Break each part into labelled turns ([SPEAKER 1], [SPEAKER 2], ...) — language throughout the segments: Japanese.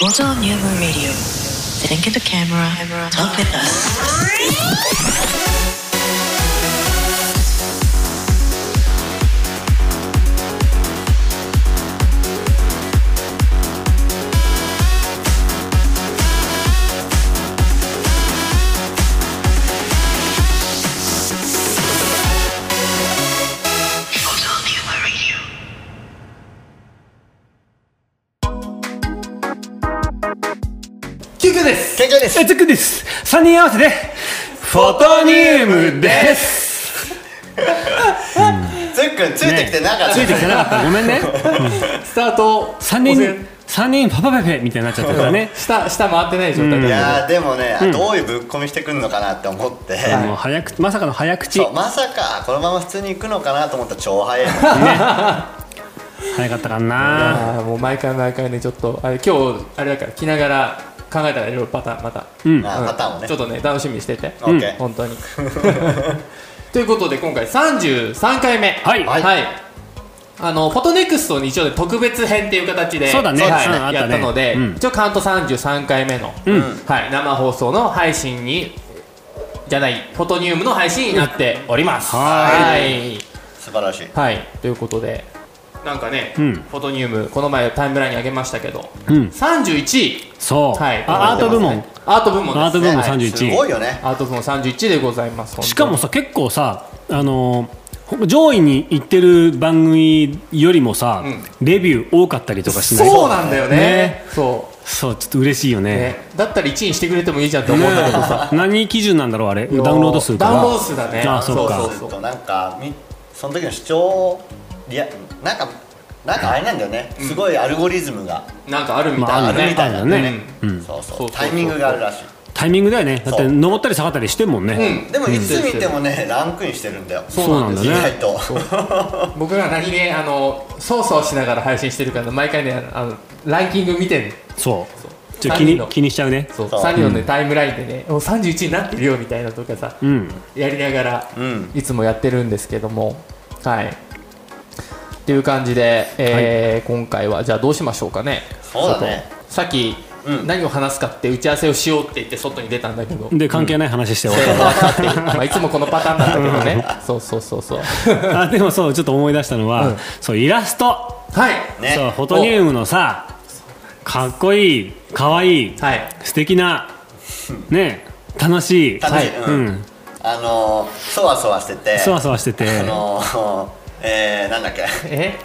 [SPEAKER 1] Gozo Nuevo Radio. Didn't get the camera. Talk with us.
[SPEAKER 2] キクです
[SPEAKER 3] 健常です
[SPEAKER 4] えつくです3人合わせでフォトニウムで
[SPEAKER 3] つ
[SPEAKER 4] す
[SPEAKER 3] っくんついてきてなかった
[SPEAKER 4] ついてきてなかったごめんね
[SPEAKER 2] スタート
[SPEAKER 4] 3人
[SPEAKER 2] 押
[SPEAKER 4] 三人パパペペみたいになっちゃったからね
[SPEAKER 2] せ下下回ってない状態
[SPEAKER 3] い
[SPEAKER 2] だ
[SPEAKER 3] やーでもね、どういうぶっ込みしてくるのかなって思って、
[SPEAKER 4] もう早くまさかの早口
[SPEAKER 3] そうまさかこのまま普通に行くのかなと思ったら超早い
[SPEAKER 4] 早かったから
[SPEAKER 2] け
[SPEAKER 4] な
[SPEAKER 2] どあーもう毎回毎回ねちょっとあれ今日あれだから着ながら考えたらいろいろパターンまた、
[SPEAKER 4] うん
[SPEAKER 3] あパターンをね
[SPEAKER 2] ちょっとね楽しみにしてて、
[SPEAKER 3] オッケー
[SPEAKER 2] 本当に ということで今回33回目
[SPEAKER 4] はい
[SPEAKER 2] はい、あのフォトネクストに一応ね特別編っていう形で
[SPEAKER 4] そうだね
[SPEAKER 2] はい
[SPEAKER 4] そうだね
[SPEAKER 2] やったので、
[SPEAKER 4] うん
[SPEAKER 2] 一応カウント33回目の、
[SPEAKER 4] ん
[SPEAKER 2] はい、生放送の配信にじゃないフォトニウムの配信になっております、
[SPEAKER 4] は
[SPEAKER 2] はい
[SPEAKER 3] 素晴らしい
[SPEAKER 2] はい、ということでなんかね、
[SPEAKER 4] うん
[SPEAKER 2] フォトニウムこの前タイムラインにあげましたけど、
[SPEAKER 4] うん
[SPEAKER 2] 31位、
[SPEAKER 4] そう
[SPEAKER 2] はい、
[SPEAKER 4] あアート部門
[SPEAKER 2] アート部門です
[SPEAKER 4] アート部門
[SPEAKER 2] はい
[SPEAKER 4] 31
[SPEAKER 3] すごいよね
[SPEAKER 2] アート部門31でございます
[SPEAKER 4] しかもさ結構さあのー上位に行ってる番組よりもさ、
[SPEAKER 2] うん
[SPEAKER 4] レビュー多かったりとかしない
[SPEAKER 2] そうなんだよね
[SPEAKER 4] ね
[SPEAKER 2] そ
[SPEAKER 4] そうちょっと嬉しいよ
[SPEAKER 2] う、
[SPEAKER 4] ね
[SPEAKER 2] ね、だったら1位にしてくれてもいいじゃんって思うんだけどさ、
[SPEAKER 4] 何基準なんだろうあれダウンロード数か
[SPEAKER 2] ダウンロード数だね
[SPEAKER 4] ああそっか
[SPEAKER 2] そう
[SPEAKER 3] そうするとなんかみその時の主張リアなんかなんかあれなんだよね、すごいアルゴリズムが、
[SPEAKER 2] なんかあるみ
[SPEAKER 4] ま
[SPEAKER 2] たい
[SPEAKER 4] あ
[SPEAKER 2] な
[SPEAKER 4] ある
[SPEAKER 2] ね
[SPEAKER 4] みたいだね、
[SPEAKER 3] う
[SPEAKER 4] うんん、
[SPEAKER 3] そうそう
[SPEAKER 2] そうそうそう
[SPEAKER 3] タイミングがあるらしい
[SPEAKER 4] タイミングだよねだっ
[SPEAKER 3] そ
[SPEAKER 4] て
[SPEAKER 3] う
[SPEAKER 4] 登ったり下がったりしてんもんね、
[SPEAKER 3] でもいつ見てもね、ランクインしてるんだよ
[SPEAKER 2] そうなんです
[SPEAKER 3] 意
[SPEAKER 4] そうなんだね
[SPEAKER 3] 外と
[SPEAKER 2] 僕ら何ねあのそうそうしながら配信してるから毎回ねあのランキング見てね
[SPEAKER 4] そうちょ
[SPEAKER 2] 三
[SPEAKER 4] 気
[SPEAKER 2] 人
[SPEAKER 4] に
[SPEAKER 2] の
[SPEAKER 4] 気にしちゃうね
[SPEAKER 2] そう
[SPEAKER 3] そう
[SPEAKER 2] 3人のね、タイムラインでねもう31になってるよみたいなとかさ、
[SPEAKER 4] うん
[SPEAKER 2] やりながら、
[SPEAKER 3] うん
[SPEAKER 2] いつもやってるんですけどもはいっていう感じで、えー今回はじゃあどうしましょうかね
[SPEAKER 3] そうだね
[SPEAKER 2] 外さっき、
[SPEAKER 3] うん
[SPEAKER 2] 何を話すかって打ち合わせをしようって言って外に出たんだけど
[SPEAKER 4] で関係ない話して終
[SPEAKER 2] せー
[SPEAKER 4] わ
[SPEAKER 2] の
[SPEAKER 4] っ
[SPEAKER 2] 分かってるまあいつもこのパターンだったけどねそうそうそうそう
[SPEAKER 4] た、 あでもそうちょっと思い出したのは、そうイラスト、
[SPEAKER 2] はい
[SPEAKER 3] ね
[SPEAKER 4] そうフォトニウムのさかっこいいかわいい、
[SPEAKER 2] はい
[SPEAKER 4] 素敵なね楽しい
[SPEAKER 3] 楽しい、
[SPEAKER 4] は
[SPEAKER 3] うん
[SPEAKER 4] うん、
[SPEAKER 3] あのー、そわそわしてて
[SPEAKER 4] そわそわしてて
[SPEAKER 3] あのー、 えー、なんだっけ
[SPEAKER 2] え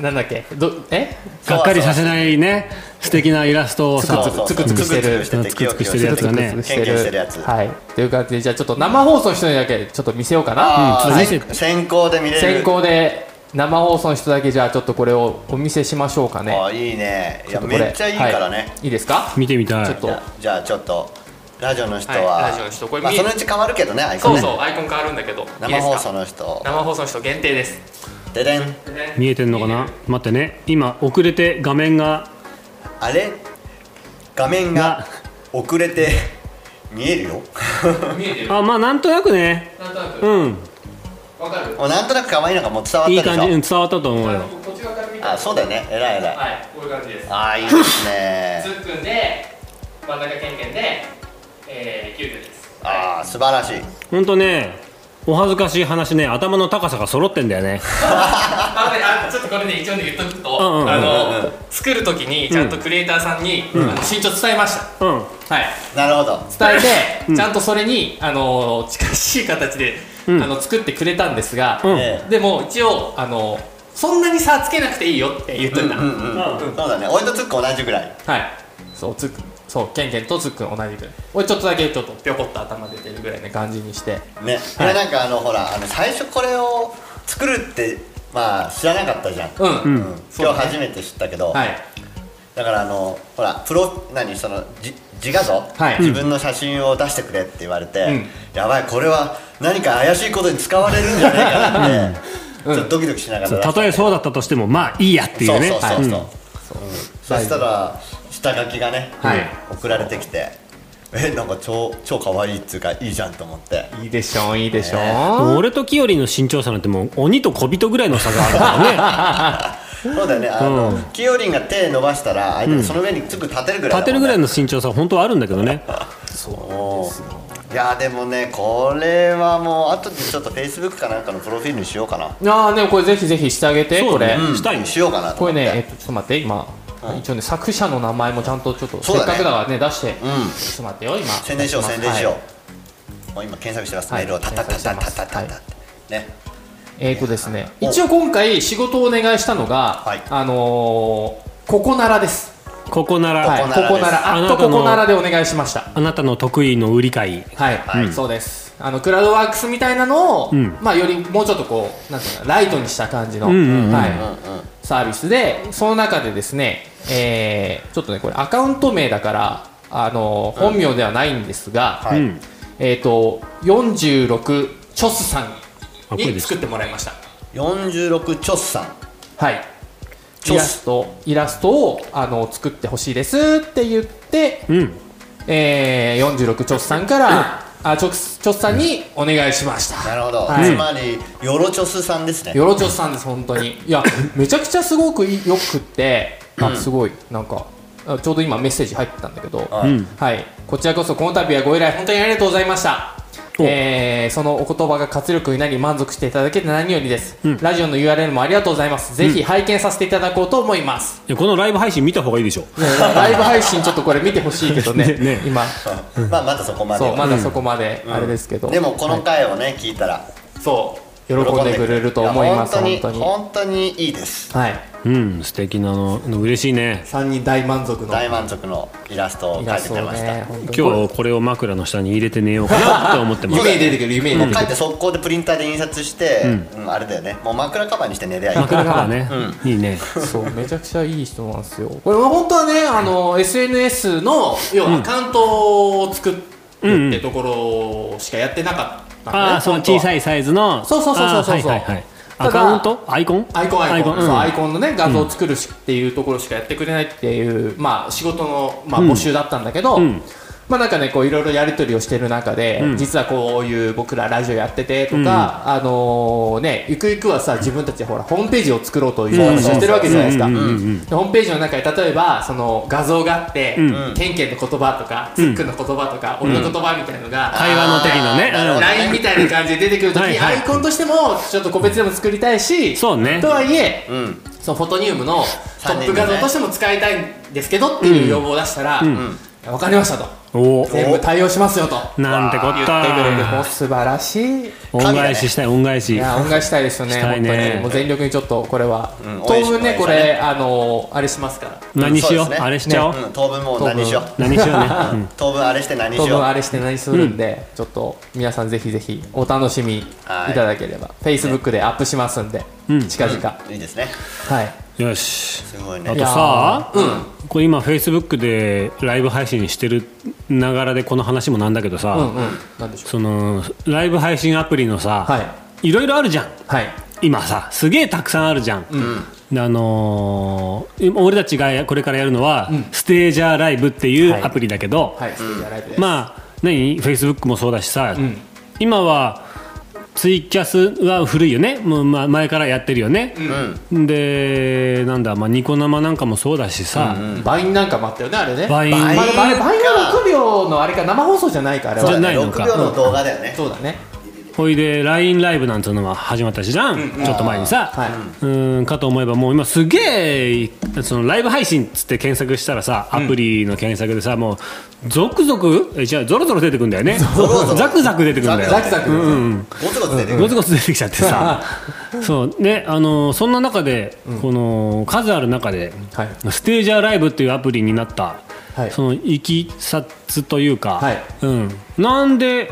[SPEAKER 2] なんだっけどえ
[SPEAKER 4] がっかりさせないね素敵なイラストをさ
[SPEAKER 3] そうそう
[SPEAKER 2] つくつくしてる
[SPEAKER 3] つくつくしてて
[SPEAKER 4] つくつくしてるやつがね
[SPEAKER 3] キョロキョロしてるやつ
[SPEAKER 2] はいという感じでじゃあちょっと生放送の人にだけちょっと見せようかな
[SPEAKER 3] あ
[SPEAKER 4] うん
[SPEAKER 3] ー
[SPEAKER 4] 見せて
[SPEAKER 3] 先行で見れる
[SPEAKER 2] 先行で生放送の人だけじゃあちょっとこれをお見せしましょうかね
[SPEAKER 3] あーいいねい
[SPEAKER 2] ちょ
[SPEAKER 3] や
[SPEAKER 2] とこれ
[SPEAKER 3] めっちゃいいからね、
[SPEAKER 2] はい、いいですか
[SPEAKER 4] 見てみたい
[SPEAKER 2] ちょっと
[SPEAKER 3] じゃあじゃあちょっとラジオの人は、
[SPEAKER 2] はいラジオの人これ
[SPEAKER 3] まあ、
[SPEAKER 2] 見
[SPEAKER 3] そのうち変わるけどねアイコ
[SPEAKER 2] そ
[SPEAKER 3] ン
[SPEAKER 2] う
[SPEAKER 3] ね
[SPEAKER 2] そうアイコン変わるんだけどいいですか
[SPEAKER 3] 生放送の人
[SPEAKER 2] 生放送の人限定です
[SPEAKER 3] ででん
[SPEAKER 4] 見えてんのかな待ってね今遅れて画面が
[SPEAKER 3] あれ画面が遅れて見えるよ
[SPEAKER 2] 見えてる
[SPEAKER 4] あまあなんとなくね
[SPEAKER 2] なんとなく
[SPEAKER 4] うん
[SPEAKER 2] わかる
[SPEAKER 3] もうなんとなく可愛いのがもう伝わった
[SPEAKER 4] い
[SPEAKER 3] でし
[SPEAKER 4] い
[SPEAKER 3] ょ
[SPEAKER 4] 感じうん伝わったと思うよ
[SPEAKER 2] こっち側から見
[SPEAKER 3] あそうだよね偉い偉い、
[SPEAKER 2] はいこういう感じです
[SPEAKER 3] ああいいですね
[SPEAKER 2] つっくんで真ん中けんけんでえーキューブです
[SPEAKER 3] ああ素晴らしい
[SPEAKER 4] ほんとねお恥ずかしい話ね頭の高さが揃ってんだよね
[SPEAKER 2] あであちょっとこれね一応ね言っとくと、
[SPEAKER 4] うんうんうんうん
[SPEAKER 2] あの、作るときにちゃんとクリエイターさんに、あの身長伝えまし
[SPEAKER 4] うん
[SPEAKER 2] た、はい
[SPEAKER 3] なるほど
[SPEAKER 2] 伝えて、ちゃんとそれに、あのー近しい形で、
[SPEAKER 4] うん
[SPEAKER 2] あの作ってくれたんですが、
[SPEAKER 4] うん
[SPEAKER 3] ええ
[SPEAKER 2] でも一応、あのーそんなに差つけなくていいよって言っといた、
[SPEAKER 3] うんうん、そうだね俺とつっこ同じぐらい
[SPEAKER 2] はいそうつっくんそうケンケンとつっくん同じくらい俺ちょっとだけちょっとぴょこっと頭出てるぐらいな感じにして
[SPEAKER 3] ねこれなんかあのほらあの最初これを作るってまあ知らなかったじゃん、
[SPEAKER 2] うん、
[SPEAKER 3] うん
[SPEAKER 2] そう
[SPEAKER 3] 今
[SPEAKER 2] だね
[SPEAKER 3] 日初めて知ったけど、
[SPEAKER 2] はい
[SPEAKER 3] だからあのほらプロ何そのじ自画像、
[SPEAKER 2] はい
[SPEAKER 3] 自分の写真を出してくれって言われて、
[SPEAKER 2] うん
[SPEAKER 3] やばいこれは何か怪しいことに使われるんじゃないか なって、ちょっとドキドキしながら出した
[SPEAKER 4] たとえそうだったとしてもまあいいやっていうね
[SPEAKER 3] そうそうそうそう、
[SPEAKER 2] はい
[SPEAKER 3] そしたら下書きがね、
[SPEAKER 2] はい
[SPEAKER 3] 送られてきてえなんか超超可愛いっつうかいいじゃんと思って
[SPEAKER 2] いいでしょういいでしょう、
[SPEAKER 4] 俺とキヨリの身長差なんてもう鬼と小人ぐらいの差がある からね
[SPEAKER 3] そうだよねあの、
[SPEAKER 4] うん
[SPEAKER 3] キヨリンが手伸ばしたら相手がその上にすぐ立てるぐらいだもんね、
[SPEAKER 4] 立てるぐらいの身長差本当はあるんだけどね
[SPEAKER 3] いやでもねこれはもう後でちょっとフェイスブックかなんかのプロフィールにしようかな
[SPEAKER 2] ああでもこれぜひぜひしてあげて
[SPEAKER 4] そ
[SPEAKER 2] こ
[SPEAKER 4] うだね
[SPEAKER 2] れ、
[SPEAKER 4] したいね
[SPEAKER 3] しようかなと
[SPEAKER 2] こ
[SPEAKER 3] 思
[SPEAKER 2] れ
[SPEAKER 3] って
[SPEAKER 2] ねえっとちょっと待って今、一応ね作者の名前もちゃんとちょっと
[SPEAKER 3] そう
[SPEAKER 2] せっ
[SPEAKER 3] だね
[SPEAKER 2] かくだからね出して、ちょ
[SPEAKER 3] うん
[SPEAKER 2] っと待ってよ今
[SPEAKER 3] 宣伝しよう
[SPEAKER 2] 出
[SPEAKER 3] 宣
[SPEAKER 2] し
[SPEAKER 3] 伝
[SPEAKER 2] ます
[SPEAKER 3] しよ、
[SPEAKER 2] はいう
[SPEAKER 3] もう今検索してます、
[SPEAKER 2] はい
[SPEAKER 3] メールをタタタタタタタタ
[SPEAKER 2] は
[SPEAKER 3] っ
[SPEAKER 2] い
[SPEAKER 3] て、ね
[SPEAKER 2] えーとですね、
[SPEAKER 3] お
[SPEAKER 2] 一応今回仕事をお願いしたのが、
[SPEAKER 3] はい
[SPEAKER 2] あのー、ここならです。
[SPEAKER 4] ここなら、
[SPEAKER 2] はい、
[SPEAKER 3] こ
[SPEAKER 2] こ
[SPEAKER 3] こならです
[SPEAKER 2] こなら、
[SPEAKER 4] あ
[SPEAKER 2] あ
[SPEAKER 4] な
[SPEAKER 2] と
[SPEAKER 4] た
[SPEAKER 2] こ
[SPEAKER 4] の
[SPEAKER 2] こならでお願いしました。
[SPEAKER 4] あなたの得意の売り買い
[SPEAKER 2] はい、
[SPEAKER 3] はい
[SPEAKER 2] うんそうです。あのクラウドワークスみたいなのを、
[SPEAKER 4] うん
[SPEAKER 2] まあよりもうちょっとこう、なんていうの、ライトにした感じの、
[SPEAKER 4] うんうんうん
[SPEAKER 2] はい、
[SPEAKER 3] うんうん
[SPEAKER 2] サービスで、その中でですね、えー、ちょっとねこれアカウント名だから、あのー本名ではないんですが、
[SPEAKER 3] はい、
[SPEAKER 4] うん
[SPEAKER 2] えっ、ー、と46チョスさん
[SPEAKER 4] あこれで
[SPEAKER 2] に
[SPEAKER 4] す
[SPEAKER 2] 作ってもらいました。
[SPEAKER 3] 46チョスさん
[SPEAKER 2] はい。
[SPEAKER 3] チ
[SPEAKER 2] イ
[SPEAKER 3] ョス
[SPEAKER 2] ラストイラストをあの作ってほしいですって言って、
[SPEAKER 4] うん
[SPEAKER 2] えー、46チョスさんから、あチョスチョスさんにお願いしました。
[SPEAKER 3] なるほど、
[SPEAKER 2] はい
[SPEAKER 3] つまりヨロチョスさんですね
[SPEAKER 2] よろちょスさんです本当に。いやめちゃくちゃすごくいよくって、あすごいなんかあちょうど今メッセージ入ってたんだけど、
[SPEAKER 3] はい
[SPEAKER 4] うん
[SPEAKER 2] はい、こちらこそこの度はご依頼本当にありがとうございました。
[SPEAKER 4] お
[SPEAKER 2] えーそのお言葉が活力になり満足していただけて何よりです、
[SPEAKER 4] うん
[SPEAKER 2] ラジオの URL もありがとうございますぜひ拝見させていただこうと思い ます、
[SPEAKER 4] いやこのライブ配信見た方がいいでしょ
[SPEAKER 2] ねライブ配信ちょっとこれ見てほしいけどね
[SPEAKER 4] ねね
[SPEAKER 2] 今
[SPEAKER 3] まあまだそこまで
[SPEAKER 2] そ
[SPEAKER 3] は
[SPEAKER 2] うまだそこまであれですけど、
[SPEAKER 3] でもこの回をね、聞いたら
[SPEAKER 2] そう喜んでくれると思います
[SPEAKER 3] や
[SPEAKER 2] 本当
[SPEAKER 3] 本
[SPEAKER 2] に
[SPEAKER 3] 当に本当にいいです
[SPEAKER 2] はい
[SPEAKER 4] うん素敵なの嬉しいね
[SPEAKER 2] 3人大満足の
[SPEAKER 3] 大満足のイラストを
[SPEAKER 2] イ
[SPEAKER 3] 描
[SPEAKER 2] ラ
[SPEAKER 3] いて
[SPEAKER 2] ス
[SPEAKER 3] く
[SPEAKER 2] ト
[SPEAKER 3] れ
[SPEAKER 2] を
[SPEAKER 3] ました、
[SPEAKER 2] ね本当に
[SPEAKER 4] 今日これを枕の下に入れて寝ようかなと思ってます
[SPEAKER 2] 夢に出てくる夢に
[SPEAKER 3] も
[SPEAKER 2] 出
[SPEAKER 3] う
[SPEAKER 2] てく
[SPEAKER 3] 帰っ
[SPEAKER 2] る
[SPEAKER 3] て速攻でプリンターで印刷して、うんあれだよねもう枕カバーにして寝りゃいい
[SPEAKER 4] 枕カバーね、いいね
[SPEAKER 2] そうめちゃくちゃいい人なんですよこれ本当はねあの SNS の要はアカウントを作るってところしかやってなかったのね
[SPEAKER 4] ああその
[SPEAKER 2] 本当
[SPEAKER 4] 小
[SPEAKER 2] は
[SPEAKER 4] さいサイズの
[SPEAKER 2] そうそうそうそうそう
[SPEAKER 4] あーはいはいはい
[SPEAKER 2] ただ
[SPEAKER 4] アカウントアイコン
[SPEAKER 2] アイコンアイコン
[SPEAKER 4] う
[SPEAKER 2] そ
[SPEAKER 4] ん
[SPEAKER 2] うアイコンのね画像を作るしっていうところしかやってくれないっていうまあ仕事のまあ
[SPEAKER 4] うん
[SPEAKER 2] 募集だったんだけど
[SPEAKER 4] うん
[SPEAKER 2] まあなんかねこういろいろやり取りをしてる中で
[SPEAKER 4] うん
[SPEAKER 2] 実はこういう僕らラジオやっててと
[SPEAKER 4] うん
[SPEAKER 2] かあのーねゆくゆくはさ自分たちでほらホームページを作ろうという話をしてるわけじゃないですか
[SPEAKER 4] うんうんうんうん
[SPEAKER 2] でホームページの中に例えばその画像があって
[SPEAKER 4] ん
[SPEAKER 2] ケンケンの言葉とかツックの言葉とか俺の言葉みたいのが
[SPEAKER 4] 会話の時のね
[SPEAKER 3] あーなるほど
[SPEAKER 4] うん
[SPEAKER 3] ね
[SPEAKER 2] LINE みたいな感じで出てくるとき
[SPEAKER 4] はい
[SPEAKER 2] に
[SPEAKER 4] は
[SPEAKER 2] ア
[SPEAKER 4] い
[SPEAKER 2] イコンとしてもちょっと個別でも作りたいし
[SPEAKER 4] そうね
[SPEAKER 2] とはいえ
[SPEAKER 3] うん
[SPEAKER 2] そのフォトニウムのト
[SPEAKER 3] 三
[SPEAKER 2] ッ
[SPEAKER 3] 人
[SPEAKER 2] プ
[SPEAKER 3] でね
[SPEAKER 2] 画像としても使いたいんですけどっていう要望を出したら分かりましたと
[SPEAKER 4] おお
[SPEAKER 2] 全部対応しますよと
[SPEAKER 4] なんてこ
[SPEAKER 2] 言ってくれるもう
[SPEAKER 4] っ
[SPEAKER 2] 素晴らしい
[SPEAKER 4] た恩返ししたい恩返し
[SPEAKER 2] いや恩返ししたいですよね
[SPEAKER 4] したい
[SPEAKER 2] 本
[SPEAKER 4] ね
[SPEAKER 2] 当にもう全力にちょっとこれは
[SPEAKER 3] うん
[SPEAKER 2] 当分ね
[SPEAKER 3] 応援して
[SPEAKER 2] これあのあれしますから
[SPEAKER 4] 何しよ
[SPEAKER 3] そ
[SPEAKER 4] う
[SPEAKER 3] うですね
[SPEAKER 4] あれしちゃおう、
[SPEAKER 3] うん、当分もう何しよう
[SPEAKER 4] 何し ようね、うん
[SPEAKER 3] 当分あれして何し
[SPEAKER 2] 当
[SPEAKER 3] よう
[SPEAKER 2] 分あれして何するんでちょっと皆さんぜひぜひお楽しみいただければ Facebook でアップしますんで
[SPEAKER 4] うん
[SPEAKER 2] 近々
[SPEAKER 3] いいですね
[SPEAKER 2] はい
[SPEAKER 4] よし
[SPEAKER 3] すごい
[SPEAKER 4] あ
[SPEAKER 3] ね
[SPEAKER 4] とさ、これ今フェイスブックでライブ配信してるながらでこの話もなんだけど
[SPEAKER 2] う
[SPEAKER 4] さ、
[SPEAKER 2] んうんなんでしょう
[SPEAKER 4] そのライブ配信アプリのさ、、
[SPEAKER 2] はい
[SPEAKER 4] ろいろあるじゃん
[SPEAKER 2] はい
[SPEAKER 4] 今さすげえたくさんあるじゃん、であのー今俺たちがこれからやるのは、ステージャーライブっていうアプリだけど、
[SPEAKER 2] はいステージアライブです
[SPEAKER 4] まあ何フェイスブックもそうだしさ、
[SPEAKER 2] ん
[SPEAKER 4] 今はツイキャスは古いよねもう、まあ、前からやってるよね、でなんだ、まあ、ニコ生なんかもそうだしさ、
[SPEAKER 2] バインなんかもあったよねあれね
[SPEAKER 4] バイン
[SPEAKER 2] まああれバイン
[SPEAKER 3] バインか
[SPEAKER 2] は6秒のあれか生放送じゃないかあれは
[SPEAKER 3] そうだね
[SPEAKER 4] じゃないのか
[SPEAKER 3] 6秒の動画だよね、
[SPEAKER 2] そうだね
[SPEAKER 4] ほいで LINE ライブなんていうのが始まったしじゃん、ちょっと前にさ、
[SPEAKER 2] はいう
[SPEAKER 4] ーんかと思えばもう今すげえそのライブ配信っつって検索したらさアプリの検索でさ、もう続々え違うゾロゾロ出てくんだよね
[SPEAKER 3] ロゾロ
[SPEAKER 4] ザクザク出てくんだよ
[SPEAKER 2] ザクザク
[SPEAKER 4] うんうん
[SPEAKER 3] ゴツゴツ出てくる、
[SPEAKER 4] ゴツゴツ出てきちゃって さそうねあのそんな中で、この数ある中で、
[SPEAKER 2] はい
[SPEAKER 4] ステージャーライブっていうアプリになった、
[SPEAKER 2] はい
[SPEAKER 4] そのいきさつというか、
[SPEAKER 2] はい
[SPEAKER 4] うん、なんで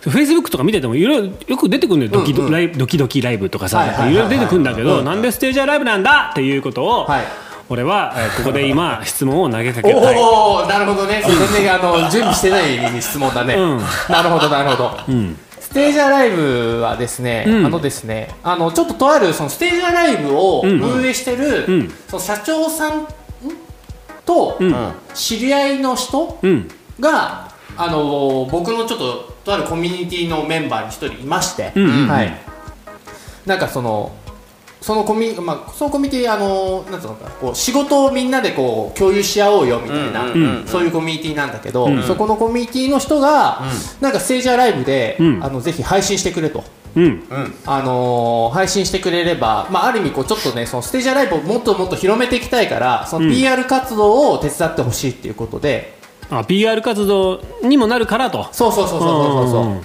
[SPEAKER 4] フェイスブックとか見ててもいろいろよく出てくるんだよ、ドキドライブドキドキライブとかさ、
[SPEAKER 2] はいいはいはいはい
[SPEAKER 4] ろいろ出てくるんだけど、
[SPEAKER 2] うん
[SPEAKER 4] なんでステージャーライブなんだっていうことを、
[SPEAKER 2] はい
[SPEAKER 4] 俺は、えーここで今質問を投げかけたい。
[SPEAKER 2] おおなるほどねそう全然あの準備してない質問だね
[SPEAKER 4] うん
[SPEAKER 2] なるほどなるほど
[SPEAKER 4] うん
[SPEAKER 2] ステージャーライブはですね、
[SPEAKER 4] うん
[SPEAKER 2] あのですね、あのちょっととあるそのステージャーライブを
[SPEAKER 4] ん
[SPEAKER 2] 運営してる、
[SPEAKER 4] うん
[SPEAKER 2] その社長さんと
[SPEAKER 4] うん
[SPEAKER 2] 知り合いの人
[SPEAKER 4] うん
[SPEAKER 2] があの僕のちょっととあるコミュニティのメンバーに一人いまして、
[SPEAKER 4] うんうんうん
[SPEAKER 2] はい、なんかそのそのコミ,、まあ、そのコミュニティあのなんつうのかなこう仕事をみんなでこう共有し合おうよみたいな、
[SPEAKER 3] うんうんうんうん
[SPEAKER 2] そういうコミュニティなんだけど、
[SPEAKER 4] うん
[SPEAKER 2] そこのコミュニティの人が、なんかステージアライブで、
[SPEAKER 4] うん
[SPEAKER 2] あのぜひ配信してくれと。
[SPEAKER 4] うん
[SPEAKER 3] うん
[SPEAKER 2] あのー配信してくれれば、まあ、ある意味こうちょっとねそのステージアライブをもっともっと広めていきたいからその PR 活動を手伝ってほしいっていうことで、
[SPEAKER 4] あ PR 活動にもなるからと
[SPEAKER 2] そうそうそうそうそうそう、
[SPEAKER 4] んんん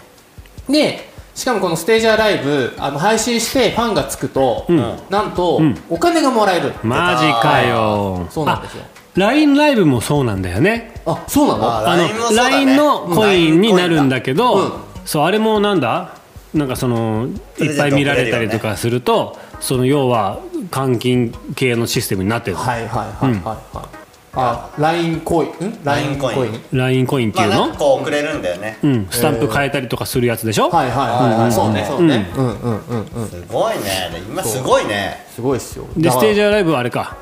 [SPEAKER 2] でしかもこのステージアライブあの配信してファンがつくと、
[SPEAKER 4] ん
[SPEAKER 2] なんと、
[SPEAKER 4] ん
[SPEAKER 2] お金がもらえる
[SPEAKER 4] マジかよ
[SPEAKER 2] そうなんですよ
[SPEAKER 4] あ LINE ライブもそうなんだよね
[SPEAKER 2] あそうなの
[SPEAKER 3] あ
[SPEAKER 4] あ
[SPEAKER 3] LINE も
[SPEAKER 4] の
[SPEAKER 3] そうだね
[SPEAKER 4] LINE のコインになるんだけど、
[SPEAKER 2] うん
[SPEAKER 4] そうあれもなんだなんかその
[SPEAKER 3] プレ
[SPEAKER 4] い
[SPEAKER 3] ゼン
[SPEAKER 4] っ
[SPEAKER 3] ト
[SPEAKER 4] ぱい見られたりとかするとその要は換金系のシステムになってる、
[SPEAKER 2] はいはいはいはいはい、あ LINE コインん
[SPEAKER 3] LINE コイン
[SPEAKER 4] LINE コインって
[SPEAKER 3] ま
[SPEAKER 4] い
[SPEAKER 3] あな
[SPEAKER 4] うの、
[SPEAKER 3] んかこうくれるんだよね
[SPEAKER 4] うん、スタンプ変えたりとかするやつでしょ、
[SPEAKER 2] はいはいはいはい、そうねそうね、うん、うんうんうん
[SPEAKER 3] すごいね今すごいね
[SPEAKER 2] すごいっすよ
[SPEAKER 4] でステージ
[SPEAKER 2] ア
[SPEAKER 4] アライブはあれか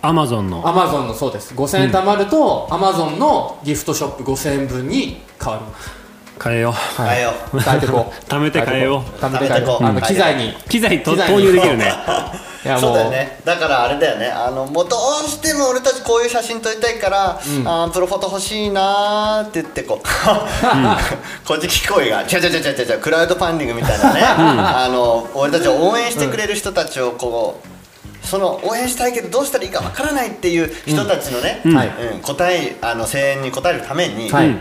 [SPEAKER 4] アマゾンの
[SPEAKER 2] アマゾンのそうです5000円貯まると、アマゾンのギフトショップ5000円分に変わります
[SPEAKER 4] 変えよう
[SPEAKER 3] あれよ
[SPEAKER 2] 変えてこう
[SPEAKER 4] 貯めて変えよう
[SPEAKER 2] 貯めて変えよう
[SPEAKER 3] 貯
[SPEAKER 2] あ
[SPEAKER 3] めて
[SPEAKER 2] の
[SPEAKER 3] こう
[SPEAKER 2] 機材にい
[SPEAKER 4] 機材と
[SPEAKER 2] 機材
[SPEAKER 4] 投入できるね
[SPEAKER 2] や
[SPEAKER 3] そ
[SPEAKER 2] も
[SPEAKER 3] う
[SPEAKER 2] う
[SPEAKER 3] だよねだからあれだよねあのもうどうしても俺たちこういう写真撮りたいから、あープロフォト欲しいなーって言って こうこじき声が違う違う違う違う違うクラウドファンディングみたいなね、あの俺たちを応援してくれる人たちをこう、その応援したいけどどうしたらいいかわからないっていう人たちのね、
[SPEAKER 2] はい
[SPEAKER 3] うん答えあの声援に応えるために、
[SPEAKER 2] はい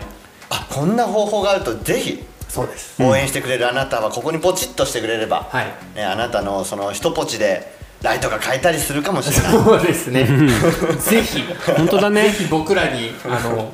[SPEAKER 3] あこんな方法があるとぜひ
[SPEAKER 2] そうです
[SPEAKER 3] 応援してくれるあなたはここにポチッとしてくれれば、
[SPEAKER 2] はい
[SPEAKER 3] ね、あなたのその一ポチでライトが変えたりするかもしれない
[SPEAKER 2] そうですね ぜひ
[SPEAKER 4] 本当だね
[SPEAKER 2] ぜひ僕らにあの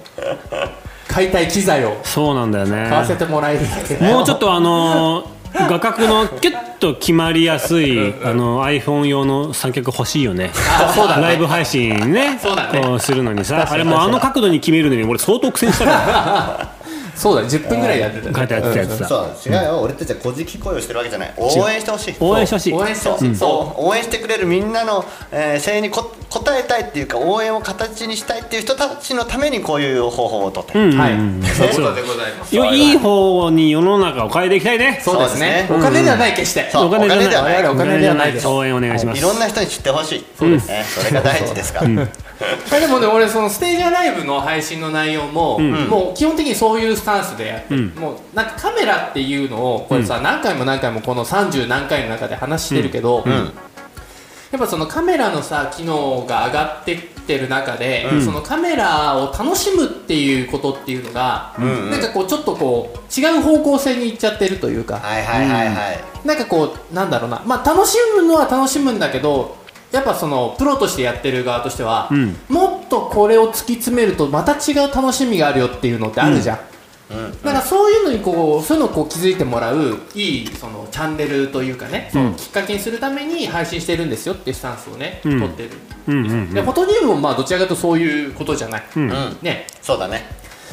[SPEAKER 2] 買いたい機材を
[SPEAKER 4] そうなんだよ
[SPEAKER 2] 買わせ
[SPEAKER 4] ね
[SPEAKER 2] てもらえるだけで
[SPEAKER 4] もうちょっとあのー画角のキュッと決まりやすいあの iPhone 用の三脚欲しいよね
[SPEAKER 2] あそうだね
[SPEAKER 4] ライブ配信ね
[SPEAKER 2] そうだね
[SPEAKER 4] こうするのにさあ
[SPEAKER 2] か
[SPEAKER 4] れ
[SPEAKER 2] に
[SPEAKER 4] もあの角度に決めるのに俺相当苦戦したか
[SPEAKER 2] そうだね10分ぐらいやってた
[SPEAKER 4] ら書いてやってたやつさ
[SPEAKER 3] そう違うよ、俺たちはこじき声をしてるわけじゃない応援してほしい
[SPEAKER 4] 応援してほしい
[SPEAKER 2] 応援してほ
[SPEAKER 3] そう
[SPEAKER 2] しいそ
[SPEAKER 3] そう応援してくれるみんなの、えー声援にこ応えたいっていうか応援を形にしたいっていう人たちのためにこういう方法をとって、
[SPEAKER 4] うんうん
[SPEAKER 2] う
[SPEAKER 4] うん
[SPEAKER 2] はい
[SPEAKER 3] そう
[SPEAKER 2] そういうことでございます
[SPEAKER 4] よいい方に世の中を変えていきたいね
[SPEAKER 2] そうですね
[SPEAKER 3] そ
[SPEAKER 2] お
[SPEAKER 3] うですね
[SPEAKER 2] 金ではない決して
[SPEAKER 3] そうお金ではない
[SPEAKER 2] 我々お金ではないです
[SPEAKER 4] 応援お願いしま
[SPEAKER 3] い
[SPEAKER 4] す
[SPEAKER 3] ろんな人に知ってほしいそうです、ねそれが大事ですから、
[SPEAKER 2] まあ でもね俺そのステージアライブの配信の内容も、もう基本的にそういうスタンスでやってる、
[SPEAKER 4] うん
[SPEAKER 2] もうなんかカメラっていうのをこれさ、何回も何回もこの30何回の中で話してるけど、
[SPEAKER 3] ん
[SPEAKER 2] やっぱそのカメラのさ機能が上がってきてる中で、そのカメラを楽しむっていうことっていうのが、
[SPEAKER 3] ん
[SPEAKER 2] なんかこうちょっとこう違う方向性に行っちゃってるというか、
[SPEAKER 3] はいはいはいはい、
[SPEAKER 2] なんかこうなんだろうなまあ楽しむのは楽しむんだけどやっぱそのプロとしてやってる側としては、
[SPEAKER 4] うん
[SPEAKER 2] もっとこれを突き詰めるとまた違う楽しみがあるよっていうのってあるじゃん、
[SPEAKER 3] うん
[SPEAKER 2] だからそういうのにこうそういうのをこう気づいてもらういいそのチャンネルというかね、そのきっかけにするために配信してるんですよっていうスタンスをね、
[SPEAKER 4] ん
[SPEAKER 2] 取ってる、
[SPEAKER 4] うんうんうん
[SPEAKER 2] でフォトニウムもまあどちらかというとそういうことじゃない、
[SPEAKER 4] ん
[SPEAKER 3] うん
[SPEAKER 2] ね
[SPEAKER 3] そうだね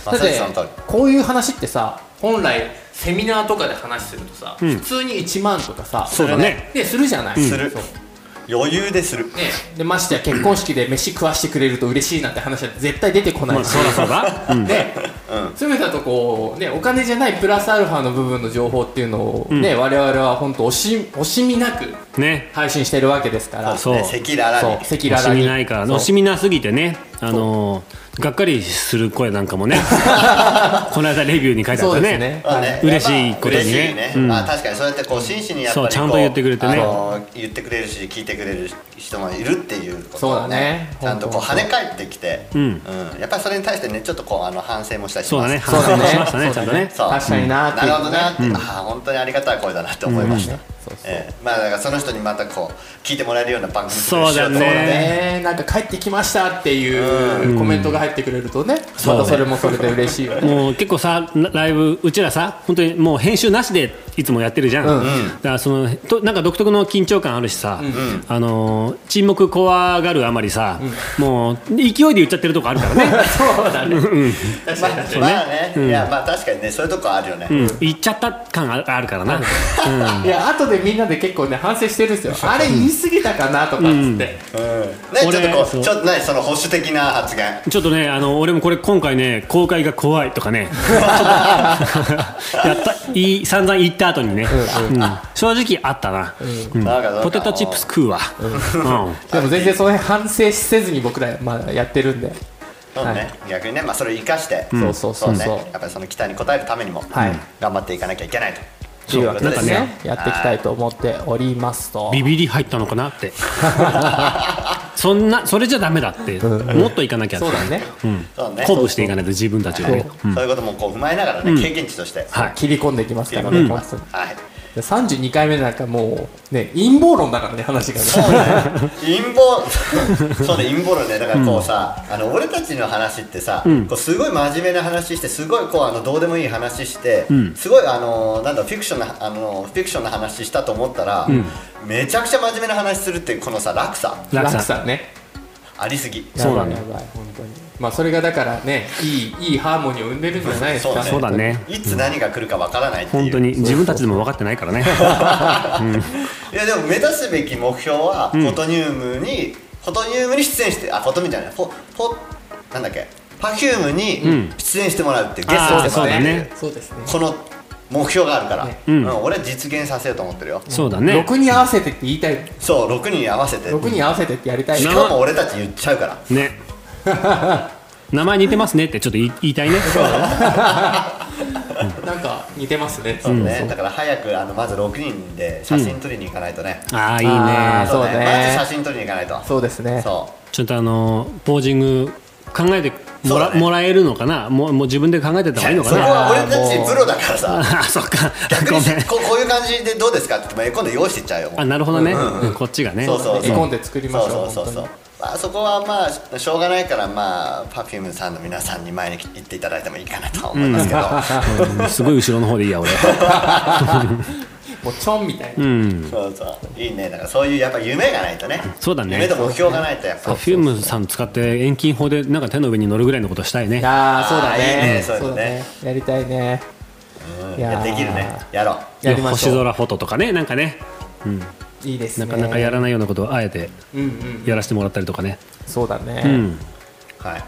[SPEAKER 3] ま
[SPEAKER 2] だっ
[SPEAKER 3] さ
[SPEAKER 2] て
[SPEAKER 3] しその通り
[SPEAKER 2] こういう話ってさ本来セミナーとかで話するとさ、
[SPEAKER 4] ん
[SPEAKER 2] 普通に1万とかさ
[SPEAKER 4] そうだね
[SPEAKER 2] でするじゃない、
[SPEAKER 3] する
[SPEAKER 2] そう
[SPEAKER 3] 余裕でする
[SPEAKER 2] ね、でましてや結婚式で飯食わしてくれると嬉しいなんて話は絶対出てこない
[SPEAKER 4] まあ
[SPEAKER 2] し、
[SPEAKER 4] そうだそうだうん
[SPEAKER 2] ね詰めたとこう、ね、お金じゃないプラスアルファの部分の情報っていうのを、ね我々は本当惜し惜しみなく
[SPEAKER 4] ね
[SPEAKER 2] 配信してるわけですから
[SPEAKER 4] そう
[SPEAKER 3] ね赤裸々に
[SPEAKER 2] そう赤
[SPEAKER 4] 惜
[SPEAKER 2] 裸
[SPEAKER 4] し
[SPEAKER 2] 々
[SPEAKER 4] み
[SPEAKER 2] に
[SPEAKER 4] ないから
[SPEAKER 2] そ
[SPEAKER 4] 惜
[SPEAKER 2] う
[SPEAKER 4] しみなすぎてねあのーがっかりする声なん かもねこの間レビューに書いてあっ
[SPEAKER 2] そ
[SPEAKER 4] た
[SPEAKER 2] うです
[SPEAKER 4] ね
[SPEAKER 2] ね
[SPEAKER 3] まあね
[SPEAKER 4] 嬉しいことにね
[SPEAKER 3] 嬉しいね
[SPEAKER 4] うん
[SPEAKER 3] まあ確かにそうやってこう真摯にやっぱりこ
[SPEAKER 4] そうちゃんと言ってくれてね
[SPEAKER 3] あの言ってくれるし聞いてくれる人もいるっていうこと
[SPEAKER 2] そう
[SPEAKER 3] を
[SPEAKER 2] だね
[SPEAKER 3] ちゃんとこう
[SPEAKER 2] 本当
[SPEAKER 3] 跳
[SPEAKER 2] に
[SPEAKER 3] ね返ってきて
[SPEAKER 4] うん
[SPEAKER 3] うんやっぱりそれに対してねちょっとこうあの反省もしたりし
[SPEAKER 4] そう
[SPEAKER 3] ま
[SPEAKER 4] だ
[SPEAKER 3] す
[SPEAKER 4] ね
[SPEAKER 2] そう
[SPEAKER 4] 反
[SPEAKER 2] だ
[SPEAKER 4] 省
[SPEAKER 2] ね
[SPEAKER 4] もしましたねちゃんとね
[SPEAKER 3] そう
[SPEAKER 2] 確かになーって
[SPEAKER 3] な
[SPEAKER 2] いうね
[SPEAKER 3] るほどなーって、ああ本当にありがたい声だなって思いました、
[SPEAKER 2] うんそうそう
[SPEAKER 3] ええまあだからその人にまたこう聞いてもらえるような番組
[SPEAKER 4] そうだ
[SPEAKER 3] しよと
[SPEAKER 4] ね
[SPEAKER 3] 思うので
[SPEAKER 2] ねなんか帰ってきましたっていうコメントが入ってくれるとね、
[SPEAKER 4] う
[SPEAKER 2] ま
[SPEAKER 4] ね
[SPEAKER 2] たそれもそれで嬉しいよね。
[SPEAKER 4] もう結構さラライブうちらさ本当にもう編集なしでいつもやってるじゃん、
[SPEAKER 2] うん
[SPEAKER 4] だからそのとなんか独特の緊張感あるしさ、あのー沈黙怖がるあまりさ、もう勢いで言っちゃってるとこあるからね
[SPEAKER 2] そうだね。確かに確かに
[SPEAKER 3] まあね、いやまあ確かにねそういうとこあるよね、
[SPEAKER 4] うん言っちゃった感ああるからな、
[SPEAKER 2] いや後でみんなで結構ね反省してるんですよあれ言い過ぎたかなとかっつって、
[SPEAKER 3] うんね、ちょっと
[SPEAKER 4] 俺
[SPEAKER 3] こ
[SPEAKER 4] そう
[SPEAKER 3] うちょっと何その保守的な発言
[SPEAKER 4] ちょっとねあの俺もこれ今回ね公開が怖いとかねちょっとやったいい散々言った後にね、うん正直あったな、うん
[SPEAKER 3] なんかなんか
[SPEAKER 4] ポテトチップス食うわ、うん
[SPEAKER 2] でも全然その辺反省せずに僕らまだやってるんで
[SPEAKER 3] そうね、逆にね、まあ、それを生かして、
[SPEAKER 2] んそうそうそう
[SPEAKER 3] ね
[SPEAKER 2] そう
[SPEAKER 3] やっぱりその期待に応えるためにも、
[SPEAKER 2] はい
[SPEAKER 3] 頑張っていかなきゃいけないと
[SPEAKER 2] いいわけですね
[SPEAKER 4] なん
[SPEAKER 2] やっていきたいと思っておりますと
[SPEAKER 4] ビビり入ったのかなってそんなそれじゃダメだって、もっといかなきゃって
[SPEAKER 2] そうだね
[SPEAKER 4] うん
[SPEAKER 3] そうね
[SPEAKER 4] 鼓舞していかないと自分たちをね、うん
[SPEAKER 3] そういうこともこう踏まえながらね、経験値として
[SPEAKER 4] はい
[SPEAKER 2] 切り込んでいきますから
[SPEAKER 3] 切り込ん
[SPEAKER 2] ね
[SPEAKER 3] でいき
[SPEAKER 2] 本
[SPEAKER 3] ます、
[SPEAKER 2] 当に
[SPEAKER 3] はい
[SPEAKER 2] で32回目なんかもうね陰謀論だからね話が
[SPEAKER 3] そう
[SPEAKER 2] ね
[SPEAKER 3] ね、陰謀 そうね陰謀論ねだからこうさ、あの俺たちの話ってさ、こうすごい真面目な話してすごいこうあのどうでもいい話して、すごいあのなんだろうフィクションなあのフィクションな話したと思ったら、めちゃくちゃ真面目な話するっていうこのさ落差
[SPEAKER 4] 落
[SPEAKER 2] 落
[SPEAKER 4] 差
[SPEAKER 2] 差ね
[SPEAKER 3] ありすぎ
[SPEAKER 4] そうなんだ
[SPEAKER 2] やばいやばい本当にまあそれがだからねいいいいハーモニーを生んでるんじゃないですか
[SPEAKER 4] そうだね
[SPEAKER 3] いつ何が来るかわからないっていう
[SPEAKER 4] 本当に自分たちでも分かってないからね
[SPEAKER 3] いやでも目指すべき目標はフォトニウムに、フォトニウムに出演してあフォトミじゃないフォフォなんだっけパフュームに
[SPEAKER 4] ん
[SPEAKER 3] 出演してもらうっていう、
[SPEAKER 4] あ
[SPEAKER 3] ゲ
[SPEAKER 4] ー
[SPEAKER 3] ストとして
[SPEAKER 4] そうだね
[SPEAKER 2] そうですね
[SPEAKER 3] この目標があるから、
[SPEAKER 2] ね
[SPEAKER 3] うん俺は実現させようと思ってるよ、
[SPEAKER 4] そうだね
[SPEAKER 2] 6に合わせてって言いたい
[SPEAKER 3] そう6人合わせて
[SPEAKER 2] 6
[SPEAKER 3] し
[SPEAKER 2] に合わせてってやりたい
[SPEAKER 4] な
[SPEAKER 3] かも俺たち言っちゃうから
[SPEAKER 4] ね名前似てますねってちょっと言い言いたいね
[SPEAKER 2] なんか似てますね
[SPEAKER 3] そうね、だから早くあのまず6人で写真撮りに行かないとね、
[SPEAKER 4] ああいい
[SPEAKER 2] あー
[SPEAKER 4] ね
[SPEAKER 2] そうね
[SPEAKER 3] まず写真撮りに行かないと
[SPEAKER 2] そうですね
[SPEAKER 3] そ
[SPEAKER 4] ちょっとあのポージング考えて
[SPEAKER 3] そ
[SPEAKER 4] も
[SPEAKER 3] う
[SPEAKER 4] ら,、
[SPEAKER 3] だね
[SPEAKER 4] もらえるのかなもうもう自分で考えてた
[SPEAKER 3] う
[SPEAKER 4] 方がいいのか
[SPEAKER 3] そこ
[SPEAKER 4] な
[SPEAKER 3] は俺たちプロだからさ
[SPEAKER 4] あそっか
[SPEAKER 3] 逆
[SPEAKER 4] ごめ
[SPEAKER 3] に
[SPEAKER 4] ん
[SPEAKER 3] ここういう感じでどうですかって言って今度用意してっちゃうよ
[SPEAKER 4] あなるほどね、うんこっちがね
[SPEAKER 3] そうそう
[SPEAKER 2] 絵コンテ作りましょう
[SPEAKER 3] そうそうそうそう
[SPEAKER 2] 本
[SPEAKER 3] まあ、そこはまあしょうがないからまあ Perfume さんの皆さんに前に行っていただいてもいいかなとは思いますけど、
[SPEAKER 4] うんすごい後ろの方でいいや俺
[SPEAKER 2] もうちょんみたいな
[SPEAKER 4] うん
[SPEAKER 3] そうそういいねだからそういうやっぱ夢がないとね
[SPEAKER 4] そうだね
[SPEAKER 3] 夢と目標がないとやっぱ
[SPEAKER 4] パフュームさん使って遠近法でなんか手の上に乗るぐらいのことしたいね
[SPEAKER 2] ああそうだ
[SPEAKER 3] あーいいね
[SPEAKER 2] ね
[SPEAKER 3] そういうのね
[SPEAKER 2] そうだねやりたいねい
[SPEAKER 3] い
[SPEAKER 2] や
[SPEAKER 3] や
[SPEAKER 2] ー
[SPEAKER 3] できるねやろう
[SPEAKER 2] やりまし
[SPEAKER 4] 星
[SPEAKER 2] ょう
[SPEAKER 4] 空フォトとかねなんかね、うん、
[SPEAKER 2] いいですね
[SPEAKER 4] なかなかやらないようなことをあえて
[SPEAKER 2] うんうん
[SPEAKER 4] やらせてもらったりとかね、
[SPEAKER 2] そうだね
[SPEAKER 4] うん
[SPEAKER 3] はい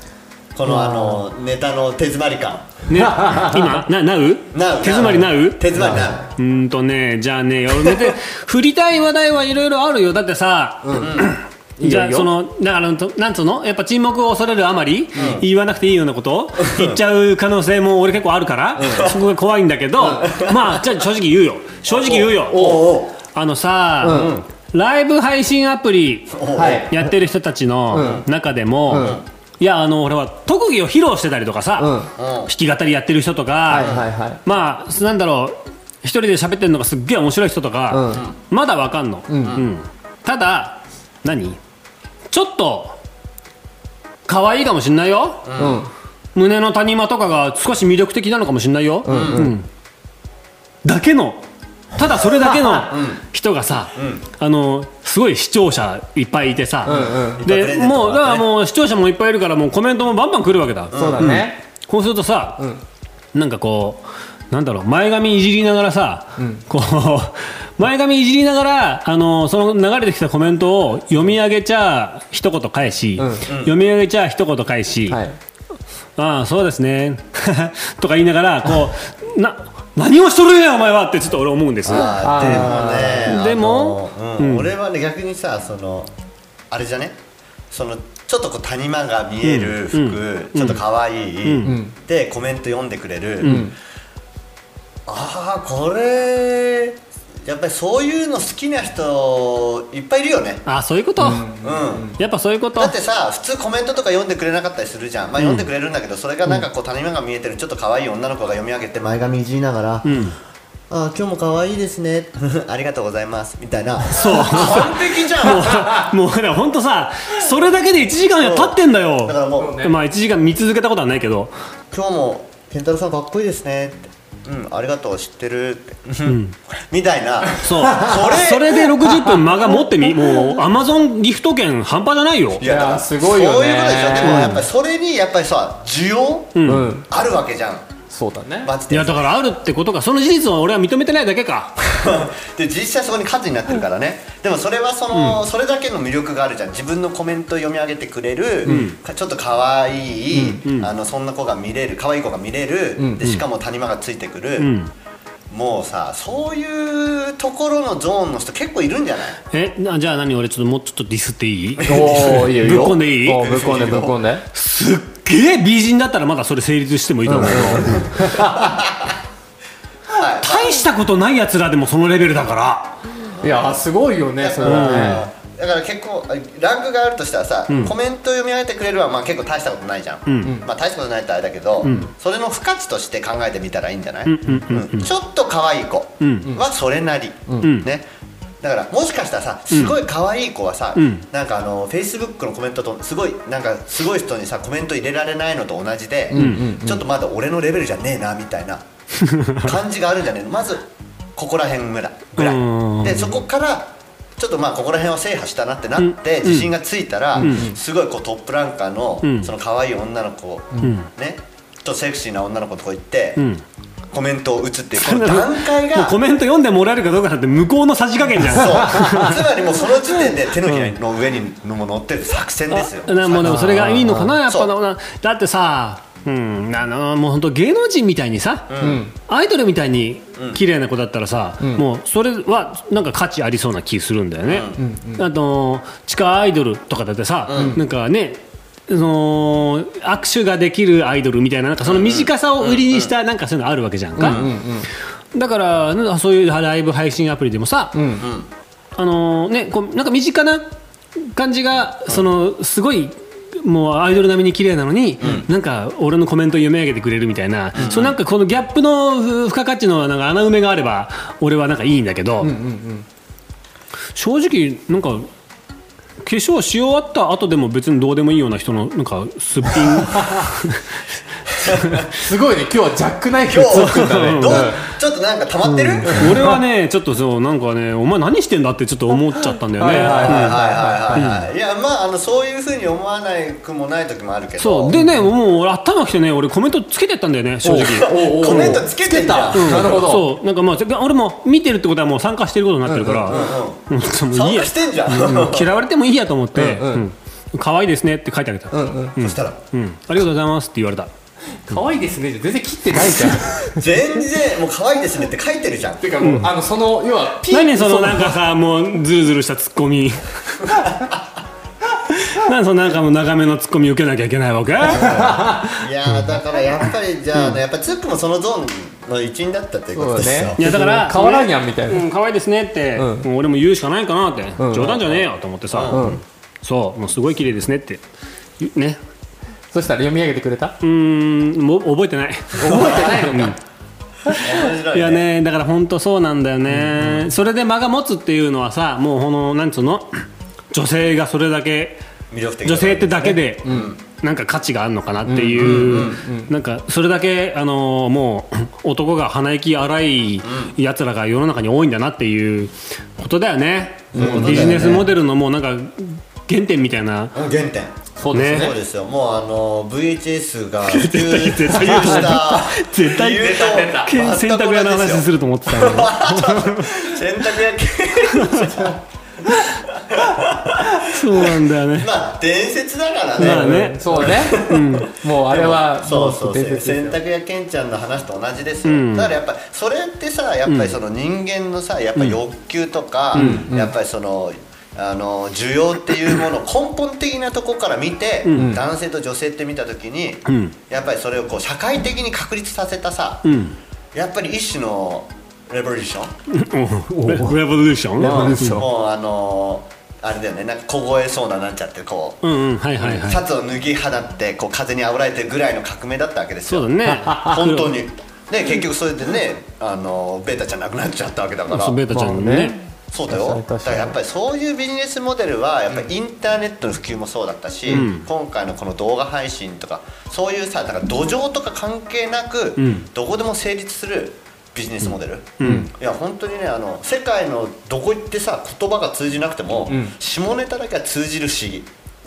[SPEAKER 3] このあのネタの手詰まり感
[SPEAKER 4] ね、今ななう
[SPEAKER 3] なう
[SPEAKER 4] 手詰まりなう
[SPEAKER 3] 手詰まりなう
[SPEAKER 4] うーんとねじゃあねよだって振りたい話題はいろいろあるよだってさ、
[SPEAKER 2] いいよ
[SPEAKER 4] じ
[SPEAKER 2] い
[SPEAKER 4] ゃあ
[SPEAKER 2] いよ
[SPEAKER 4] そのだからとなんつうのやっぱ沈黙を恐れるあまり、言わなくていいようなことを言っちゃう可能性も俺結構あるから、そこが怖いんだけど、まあじゃあ正直言うよ正直言うよ
[SPEAKER 3] おうおう
[SPEAKER 4] あのさ、ライブ配信アプリ
[SPEAKER 3] おう
[SPEAKER 2] はい
[SPEAKER 4] やってる人たちの中でも、いやあの俺は特技を披露してたりとかさ、
[SPEAKER 2] うん
[SPEAKER 4] 弾き語りやってる人とか、
[SPEAKER 2] はいはいはい
[SPEAKER 4] まあなんだろう一人で喋ってるのがすっげえ面白い人とか、まだわかんの、うんただ何ちょっと可愛いかもしんないよ、
[SPEAKER 2] うん
[SPEAKER 4] 胸の谷間とかが少し魅力的なのかもしんないよ、うんだけのただそれだけの人がさ、あのすごい視聴者いっぱいいてさ、
[SPEAKER 2] うん
[SPEAKER 3] いっぱいプレ
[SPEAKER 4] で
[SPEAKER 3] ゼント
[SPEAKER 4] もうだか
[SPEAKER 3] だ
[SPEAKER 4] ら
[SPEAKER 3] ね
[SPEAKER 4] もう視聴者もいっぱいいるからもうコメントもバンバン来るわけだ、
[SPEAKER 2] そうだね
[SPEAKER 4] こうするとさ、なんかこうなんだろう前髪いじりながらさ、こう 前髪いじりながらあのその流れてきたコメントを読み上げちゃ一言返し、
[SPEAKER 2] うん
[SPEAKER 4] 読み上げちゃ一言返し、
[SPEAKER 2] はい
[SPEAKER 4] ああそうですねとか言いながらこうな何をしとるんやお前はってちょっと俺思うんです。
[SPEAKER 3] あ
[SPEAKER 4] あー
[SPEAKER 3] ーで
[SPEAKER 4] でも
[SPEAKER 3] もねあのうん俺はね逆にさそのあれじゃねそのちょっとこう谷間が見える服、ちょっと可愛い、でコメント読んでくれる、ああこれやっぱりそういうの好きな人いっぱいいるよね
[SPEAKER 4] ああそういうこと、
[SPEAKER 3] うん
[SPEAKER 4] やっぱそういうこと
[SPEAKER 3] だってさ普通コメントとか読んでくれなかったりするじゃん、まあ、読んでくれるんだけど、それがなんかこう谷間が見えてるちょっと可愛い女の子が読み上げて前髪いじりながら「
[SPEAKER 4] ん
[SPEAKER 3] あー今日も可愛いですね ありがとうございます」みたいな
[SPEAKER 4] そう
[SPEAKER 3] 完璧じゃん
[SPEAKER 4] もうだから本当さそれだけで1時間経ってんだよ
[SPEAKER 3] だからもう
[SPEAKER 2] ね
[SPEAKER 4] まあ1時間見続けたことはないけど
[SPEAKER 3] 「今日も健太郎さんかっこいいですね」って「うんありがとう知ってる」って、 みたいな
[SPEAKER 4] そう
[SPEAKER 3] それ
[SPEAKER 4] それで60分間が持ってみもうアマゾンギフト券半端じゃないよ
[SPEAKER 3] い
[SPEAKER 2] いや
[SPEAKER 3] だから
[SPEAKER 2] すごいよね
[SPEAKER 3] そういうことでしょでもやっぱりそれにやっぱりさ需要、
[SPEAKER 2] うん
[SPEAKER 3] あるわけじゃん
[SPEAKER 2] そうだね
[SPEAKER 3] バツ
[SPEAKER 4] い
[SPEAKER 3] 点
[SPEAKER 4] やだからあるってことかその事実を俺は認めてないだけか
[SPEAKER 3] で実際そこに数になってるからね、でもそれはその、それだけの魅力があるじゃん自分のコメント読み上げてくれる、かちょっと可愛い、あのそんな子が見れる可愛い子が見れる、でしかも谷間がついてくる、
[SPEAKER 4] ん
[SPEAKER 3] もうさそういうところのゾーンの人結構いるんじゃない
[SPEAKER 4] えなじゃあ何俺ちょっともうちょっとディスっていい
[SPEAKER 2] おおいいよいい
[SPEAKER 4] ぶっこんでいい
[SPEAKER 2] おーぶっこんでぶっこんです
[SPEAKER 4] っげえ美人だったらまだそれ成立してもいいと思うけど、
[SPEAKER 3] はい
[SPEAKER 4] 大したことないやつらでもそのレベルだから
[SPEAKER 2] いやーすごいよねそれはね
[SPEAKER 3] だから結構ランクがあるとしたらさ、コメント読み上げてくれるはまあ結構大したことないじゃん、まあ、大したことないってあれだけど、それの不活として考えてみたらいいんじゃない、うんちょっと可愛い子はそれなり、ねだからもしかしたらさすごい可愛い子はさ、
[SPEAKER 4] ん
[SPEAKER 3] なんかあのフェイスブックのコメントとすごいなんかすごい人にさコメント入れられないのと同じで、ちょっとまだ俺のレベルじゃねえなみたいな感じがあるんじゃねえのまずここら辺ぐらいぐらい
[SPEAKER 4] うん
[SPEAKER 3] でそこからちょっとまあここら辺を制覇したなってなって自信がついたらすごいこうトップランカーの
[SPEAKER 4] ん
[SPEAKER 3] その可愛い女の子ねちょっとセクシーな女の子のとこ行って
[SPEAKER 4] ん
[SPEAKER 3] コメントを打つっていうこの段階
[SPEAKER 4] もう
[SPEAKER 3] が
[SPEAKER 4] コメント読んでもらえるかどうかなんて向こうのさじ加減じゃん
[SPEAKER 3] そうつまりもうその時点で手のひらの上にも乗ってる作戦ですよ
[SPEAKER 4] あなもうでもそれがいいのかなやっ
[SPEAKER 3] そ
[SPEAKER 4] ぱ
[SPEAKER 3] う
[SPEAKER 4] ななだってさうん、あのもう本当芸能人みたいにさ、アイドルみたいに綺麗な子だったらさ、もうそれはなんか価値ありそうな気するんだよね、あと地下アイドルとかだってさ、なんかねその握手ができるアイドルみたいななんかその短さを売りにしたなんかそういうのあるわけじゃんか、だからなそういうライブ配信アプリでもさ、あのね、こうなんか身近な感じが、そのすごいもうアイドル並みに綺麗なのに、なんか俺のコメントを読み上げてくれるみたいな、そうなんかこのギャップのふ付加価値のなんか穴埋めがあれば俺はなんかいいんだけど、正直なんか化粧し終わった後でも別にどうでもいいような人のなんかすっ ぴん
[SPEAKER 2] すごいね今日はジャックナイフ
[SPEAKER 3] 今
[SPEAKER 2] を
[SPEAKER 3] 日
[SPEAKER 2] 作ったね
[SPEAKER 3] どうちょっとなんか溜まってるはい
[SPEAKER 4] 俺はねちょっとそうなんかねお前何してんだってちょっと思っちゃったんだよね。
[SPEAKER 2] はいはいはい
[SPEAKER 4] うん
[SPEAKER 3] はいはいはいいやまああのそういうふうに思わないくもない時もあるけど
[SPEAKER 4] そうでねもう俺頭きてね俺コメントつけてったんだよね正直
[SPEAKER 2] おうおうおう
[SPEAKER 3] コメントつけてんじゃん
[SPEAKER 2] つ けたなるほど
[SPEAKER 4] そうなんかまあ俺も見てるってことはもう参加してることになってるからうんもうい
[SPEAKER 3] 参
[SPEAKER 4] いや
[SPEAKER 3] 加してんじゃん
[SPEAKER 4] うん 嫌われてもいいやと思って
[SPEAKER 2] うんうん
[SPEAKER 4] うん可愛いですねって書いてあげたうん
[SPEAKER 3] そしたら
[SPEAKER 4] ありがとうございますって言われた
[SPEAKER 2] 可愛いですねじゃ全然切ってないじゃん
[SPEAKER 3] 全然もう可愛いですねって書いてるじゃん
[SPEAKER 2] てかもうあのその要はピ
[SPEAKER 4] 何そのなんかさもうズルズルしたツッコミなんそのなんかもう長めのツッコミ受けなきゃいけないわけ
[SPEAKER 3] いやーだからやっぱりじゃあねやっぱツックもそのゾーンの一員だったっていうことですよ、
[SPEAKER 4] いやだから
[SPEAKER 2] 変わらんやんみたいな
[SPEAKER 4] うん可愛いですねって
[SPEAKER 2] うん
[SPEAKER 4] もう俺も言うしかないかなって
[SPEAKER 2] ん
[SPEAKER 4] 冗談じゃねえよと思ってさ
[SPEAKER 2] うん
[SPEAKER 4] そうもうすごい綺麗ですねってゆね
[SPEAKER 2] そしたら読み上げてくれた
[SPEAKER 4] うーんも覚えてない覚えてないのか、
[SPEAKER 3] 面白
[SPEAKER 4] い
[SPEAKER 3] い
[SPEAKER 4] や
[SPEAKER 3] ね
[SPEAKER 4] ねだから本当そうなんだよね、それで間が持つっていうのはさもうこのなんつうの女性がそれだけ
[SPEAKER 3] 魅力的
[SPEAKER 4] 女性ってだけで、なんか価値があるのかなっていうなんかそれだけあのもう男が鼻息荒いやつらが世の中に多いんだなっていうことだよね、ビジネスモデルのもうなんか原点みたいな、
[SPEAKER 3] うん原点
[SPEAKER 2] そうですね
[SPEAKER 3] そうですよもうあの VHS が普及
[SPEAKER 4] 対 絶対言うと思
[SPEAKER 3] した
[SPEAKER 4] 絶対
[SPEAKER 3] 理由
[SPEAKER 2] 出た
[SPEAKER 3] と
[SPEAKER 4] 選択屋の話 すると思ってたの に
[SPEAKER 3] 洗濯屋系
[SPEAKER 4] そうなんだよね
[SPEAKER 3] まあ伝説だからね,、
[SPEAKER 4] まあね
[SPEAKER 2] そうねもうあれは
[SPEAKER 3] そうそう
[SPEAKER 2] 伝説です
[SPEAKER 3] 洗
[SPEAKER 2] よ
[SPEAKER 3] 濯屋けんちゃんの話と同じですよ、だからやっぱそれってさやっぱりその人間のさやっぱ欲求とか、やっぱりそのあの需要っていうものを根本的なとこから見て、男性と女性って見た時に、
[SPEAKER 4] ん
[SPEAKER 3] やっぱりそれをこう社会的に確立させたさ、
[SPEAKER 4] ん
[SPEAKER 3] やっぱり一種のレボリューション
[SPEAKER 4] レレボリューション
[SPEAKER 2] レボリューション
[SPEAKER 3] もうあのーあれだよねなんか凍えそうななんちゃってこう、
[SPEAKER 4] うんうんはいはいはい
[SPEAKER 3] シャツを脱ぎ放ってこう風にあぶられてるぐらいの革命だったわけです
[SPEAKER 4] そ
[SPEAKER 3] よ
[SPEAKER 4] うだね
[SPEAKER 3] 本当にね結局それでねあのベータちゃんなくなっちゃったわけだから
[SPEAKER 4] そうベータちゃんの
[SPEAKER 2] まあ
[SPEAKER 4] ね
[SPEAKER 2] ね
[SPEAKER 3] そうだよ
[SPEAKER 2] 確か
[SPEAKER 3] だ
[SPEAKER 2] に確
[SPEAKER 3] か
[SPEAKER 2] からに
[SPEAKER 3] やっぱりそういうビジネスモデルはやっぱりインターネットの普及もそうだったし、今回のこの動画配信とかそういうさだから土壌とか関係なく、どこでも成立するビジネスモデル、いや本当にねあの世界のどこ行ってさ言葉が通じなくても、下ネタだけは通じる不思議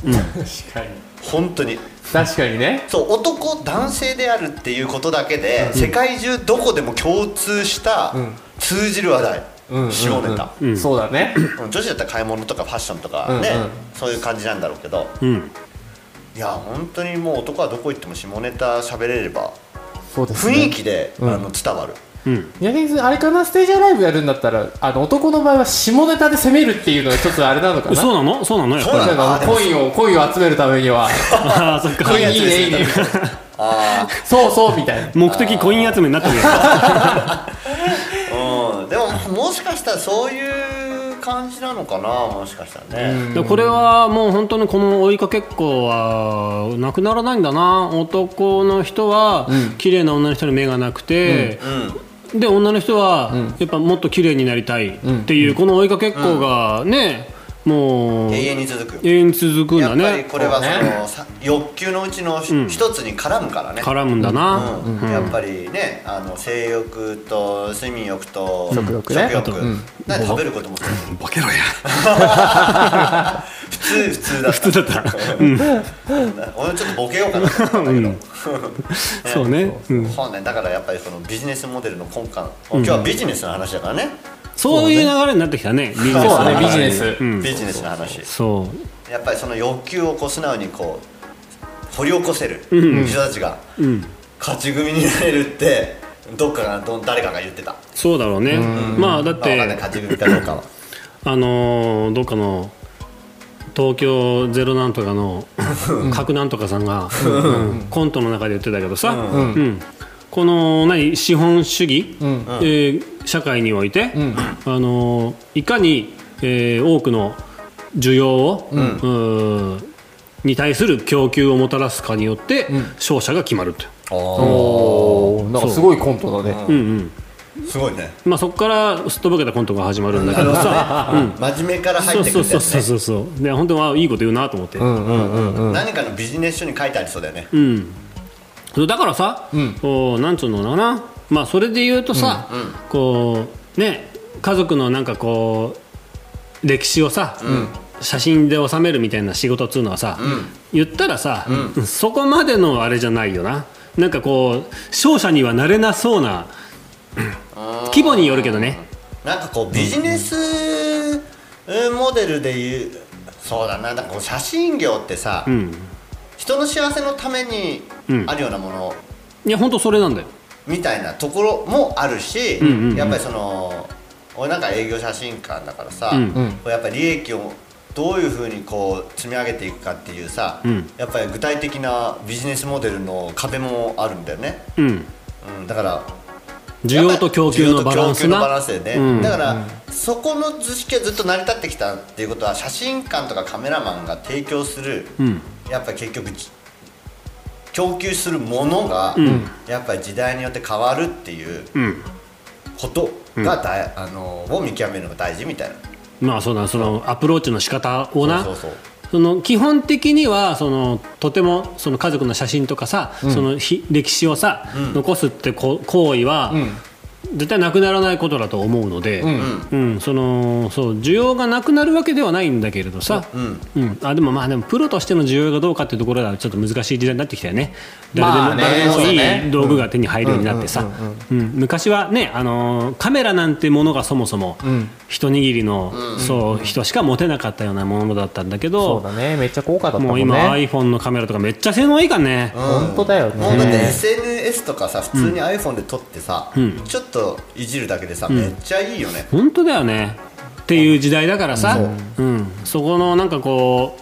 [SPEAKER 2] 確かに
[SPEAKER 3] 本当に
[SPEAKER 2] 確かにね
[SPEAKER 3] そう男男性であるっていうことだけで、世界中どこでも共通した、
[SPEAKER 2] ん
[SPEAKER 3] 通じる話題、
[SPEAKER 2] うんうんうん
[SPEAKER 3] 下ネタ、
[SPEAKER 4] うん
[SPEAKER 2] そうだね
[SPEAKER 3] うん女子だったら買い物とかファッションとかね、
[SPEAKER 2] うんうん
[SPEAKER 3] そういう感じなんだろうけど
[SPEAKER 4] うん
[SPEAKER 3] いや本当にもう男はどこ行っても下ネタ喋れれば
[SPEAKER 2] そうです
[SPEAKER 3] 雰
[SPEAKER 2] ね
[SPEAKER 3] 囲気で、
[SPEAKER 2] うん
[SPEAKER 3] あの伝わる
[SPEAKER 4] うん
[SPEAKER 2] 逆にあれかなステージライブやるんだったらあの男の場合は下ネタで攻めるっていうのが一つあれなのかな
[SPEAKER 4] そうなのそうなのやっ
[SPEAKER 3] そう
[SPEAKER 4] ぱ
[SPEAKER 3] な
[SPEAKER 4] り
[SPEAKER 3] の
[SPEAKER 2] だからコインをコインを集めるためには
[SPEAKER 4] ああそっか
[SPEAKER 2] コインいいねいいねみたいな
[SPEAKER 3] あ
[SPEAKER 2] そうそうみたいな
[SPEAKER 4] 目的コイン集めになってるや
[SPEAKER 3] あ、うん、でももしかしたらそういう感じなのかなもしかしたらね、
[SPEAKER 4] んでこれはもう本当にこの追いかけっこはなくならないんだな男の人は綺麗な女の人に目がなくて、
[SPEAKER 3] うん
[SPEAKER 4] で女の人はやっぱもっと綺麗になりたいっていうこの追いかけっこがね、もう
[SPEAKER 3] 永
[SPEAKER 4] 永
[SPEAKER 3] 遠に続く
[SPEAKER 4] 遠に続くん
[SPEAKER 3] や
[SPEAKER 4] だ
[SPEAKER 3] っぱり
[SPEAKER 4] ね
[SPEAKER 3] これはそ
[SPEAKER 2] そうね
[SPEAKER 3] のさ欲求のうちのひ
[SPEAKER 4] うん
[SPEAKER 3] 一つに絡むからね、
[SPEAKER 4] 絡むんだな、
[SPEAKER 3] うんやっぱりねあの性欲と睡眠欲と
[SPEAKER 2] 食欲ね
[SPEAKER 3] 食欲
[SPEAKER 2] あとうん
[SPEAKER 3] なんか食べることもそう
[SPEAKER 4] ボケろや
[SPEAKER 3] 普通普通だった
[SPEAKER 4] 普通だった
[SPEAKER 3] 俺ちょっとボケようかなと思ったんだけど、
[SPEAKER 4] そうねうん
[SPEAKER 3] そうねだからやっぱりそのビジネスモデルの根幹今日はビジネスの話だからね、
[SPEAKER 4] そういう流れになってきたねビジ
[SPEAKER 2] そ
[SPEAKER 4] ネス
[SPEAKER 2] う
[SPEAKER 4] の中
[SPEAKER 2] だ
[SPEAKER 4] に
[SPEAKER 2] ねビジネス
[SPEAKER 4] うん
[SPEAKER 3] ビジネスの話
[SPEAKER 4] そ
[SPEAKER 3] やっぱりその欲求をこう素直にこう掘り起こせる人たちが
[SPEAKER 4] ううん
[SPEAKER 3] 勝ち組になれるってどっかがど誰かが言ってた
[SPEAKER 4] そうだろうねまあだっ
[SPEAKER 3] まあわかんない
[SPEAKER 4] て
[SPEAKER 3] 勝ち組かどう かは
[SPEAKER 4] あのーどっかの東京ゼロなんとかの角なんとかさんが、うんコントの中で言ってたけどさ、
[SPEAKER 2] ん
[SPEAKER 4] うんこの何資本主義、
[SPEAKER 2] ん
[SPEAKER 4] えー社会において、あのーいかに、えー多くの需要を、うーんに対する供給をもたらすかによって、勝者が決まると、
[SPEAKER 2] おーなんかすごいコントだね
[SPEAKER 4] うんうん
[SPEAKER 3] すごいね
[SPEAKER 4] まあ、そこからすっとぼけたコントが始まるんだけどさ、うん
[SPEAKER 3] 真面目から 入
[SPEAKER 4] そ
[SPEAKER 3] っ
[SPEAKER 4] う
[SPEAKER 3] てく
[SPEAKER 4] そう
[SPEAKER 3] るんだ
[SPEAKER 4] そ
[SPEAKER 3] よね
[SPEAKER 4] うそうそうそうで本当はあいいこと言うなと思って、
[SPEAKER 2] うんうんうんうん
[SPEAKER 3] 何かのビジネス書に書いてありそうだよね
[SPEAKER 4] うん、そうだからさ、
[SPEAKER 2] うん
[SPEAKER 4] こうなんつうのかな、まあ、それで言うとさ、こうね家族のなんかこう歴史をさ、写真で収めるみたいな仕事っつうのはさ、言ったらさ、そこまでのあれじゃないよななんかこう勝者にはなれなそうな規模によるけどね
[SPEAKER 3] なんかこうビジネスうんモデルで言うそうだななんかこう写真業ってさ、
[SPEAKER 4] うん
[SPEAKER 3] 人の幸せのために
[SPEAKER 4] うん
[SPEAKER 3] あるようなもの
[SPEAKER 4] いや本当それなんだよ
[SPEAKER 3] みたいなところもあるし、
[SPEAKER 4] んうんうん
[SPEAKER 3] やっぱりその俺なんか営業写真館だからさ、
[SPEAKER 4] うん
[SPEAKER 2] うん
[SPEAKER 3] こうやっぱり利益をどういうふうにこう積み上げていくかっていうさ、
[SPEAKER 4] うん
[SPEAKER 3] やっぱり具体的なビジネスモデルの壁もあるんだよね、
[SPEAKER 4] うん
[SPEAKER 3] うん、だから
[SPEAKER 4] 需要と供給のバランス
[SPEAKER 3] 需要と供給のバラ
[SPEAKER 4] な
[SPEAKER 3] ンスでね、
[SPEAKER 4] うん
[SPEAKER 3] だから、そこの図式はずっと成り立ってきたっていうことは写真館とかカメラマンが提供する、
[SPEAKER 4] うん
[SPEAKER 3] やっぱり結局じ供給するものが、やっぱり時代によって変わるっていう
[SPEAKER 4] うん
[SPEAKER 3] ことがだい、あのを見極めるのが大事みたいな
[SPEAKER 4] まあそうだなそのアプローチの仕方をな
[SPEAKER 3] そうそうそう
[SPEAKER 4] その基本的にはそのとてもその家族の写真とかさ、そのひ歴史をさ、残すってこ行為は、絶対なくならないことだと思うので、うんそのそう需要がなくなるわけではないんだけれどさ、
[SPEAKER 3] うん
[SPEAKER 4] うんあでもまあでもプロとしての需要がどうかっていうところはちょっと難しい時代になってきたよね。誰でも,、
[SPEAKER 2] まあね
[SPEAKER 4] 誰でも
[SPEAKER 2] そうだ
[SPEAKER 4] い
[SPEAKER 2] ね
[SPEAKER 4] い道具が手に入るようになってさ、うん昔はねあのーカメラなんてものがそもそも
[SPEAKER 2] ん
[SPEAKER 4] 一握りの、そう人しか持てなかったようなものだったんだけ
[SPEAKER 2] そう
[SPEAKER 4] ど。
[SPEAKER 2] だねめっちゃ高価だった
[SPEAKER 4] も
[SPEAKER 2] も
[SPEAKER 4] うん今
[SPEAKER 2] ね
[SPEAKER 4] iPhone のカメラとかめっちゃ性能いいからね、
[SPEAKER 2] 本当だよ
[SPEAKER 3] もうだって
[SPEAKER 2] ね
[SPEAKER 3] SNS とかさ普通に iPhone で撮ってさ、
[SPEAKER 4] ん
[SPEAKER 3] ちょっといじるだけでさ、めっちゃいいよね
[SPEAKER 4] 本当だよねっていう時代だからさ、うん、そこのなんかこう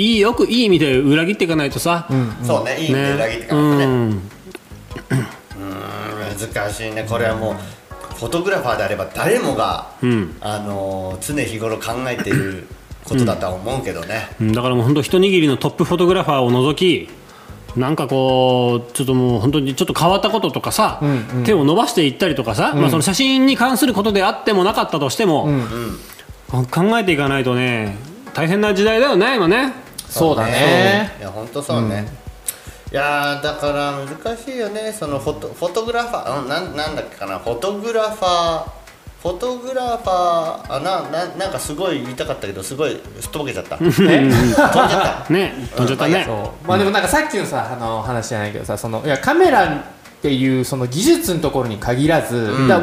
[SPEAKER 4] いいよくいい意味で裏切っていかないとさ、
[SPEAKER 3] そうねいい意味で裏切ってか
[SPEAKER 4] う
[SPEAKER 3] ないとね
[SPEAKER 4] ん、
[SPEAKER 3] うん難しいねこれはもうフォトグラファーであれば誰もが、
[SPEAKER 4] ん
[SPEAKER 3] あのー常日頃考えていることだとは思うけどね、
[SPEAKER 4] うんだからもう本当一握りのトップフォトグラファーを除きなんかこうちょっともう本当にちょっと変わったこととかさ、手を伸ばしていったりとかさ、まあ、その写真に関することであってもなかったとしても、考えていかないとね大変な時代だよね今ね
[SPEAKER 2] そうだね
[SPEAKER 3] いや本当そうね、いやーだから難しいよねそのフォトフォトグラファーうんなんなんだっけかなフォトグラファーフォトグラファーあなななんかすごい言いたかったけどすごいすっとぼけち ゃった飛んじ
[SPEAKER 2] ね
[SPEAKER 3] ゃった
[SPEAKER 4] ね飛んじゃったね
[SPEAKER 2] そうまあでもなんかさっきのさあの話じゃないけどさそのいやカメラっていうその技術のところに限らず、だ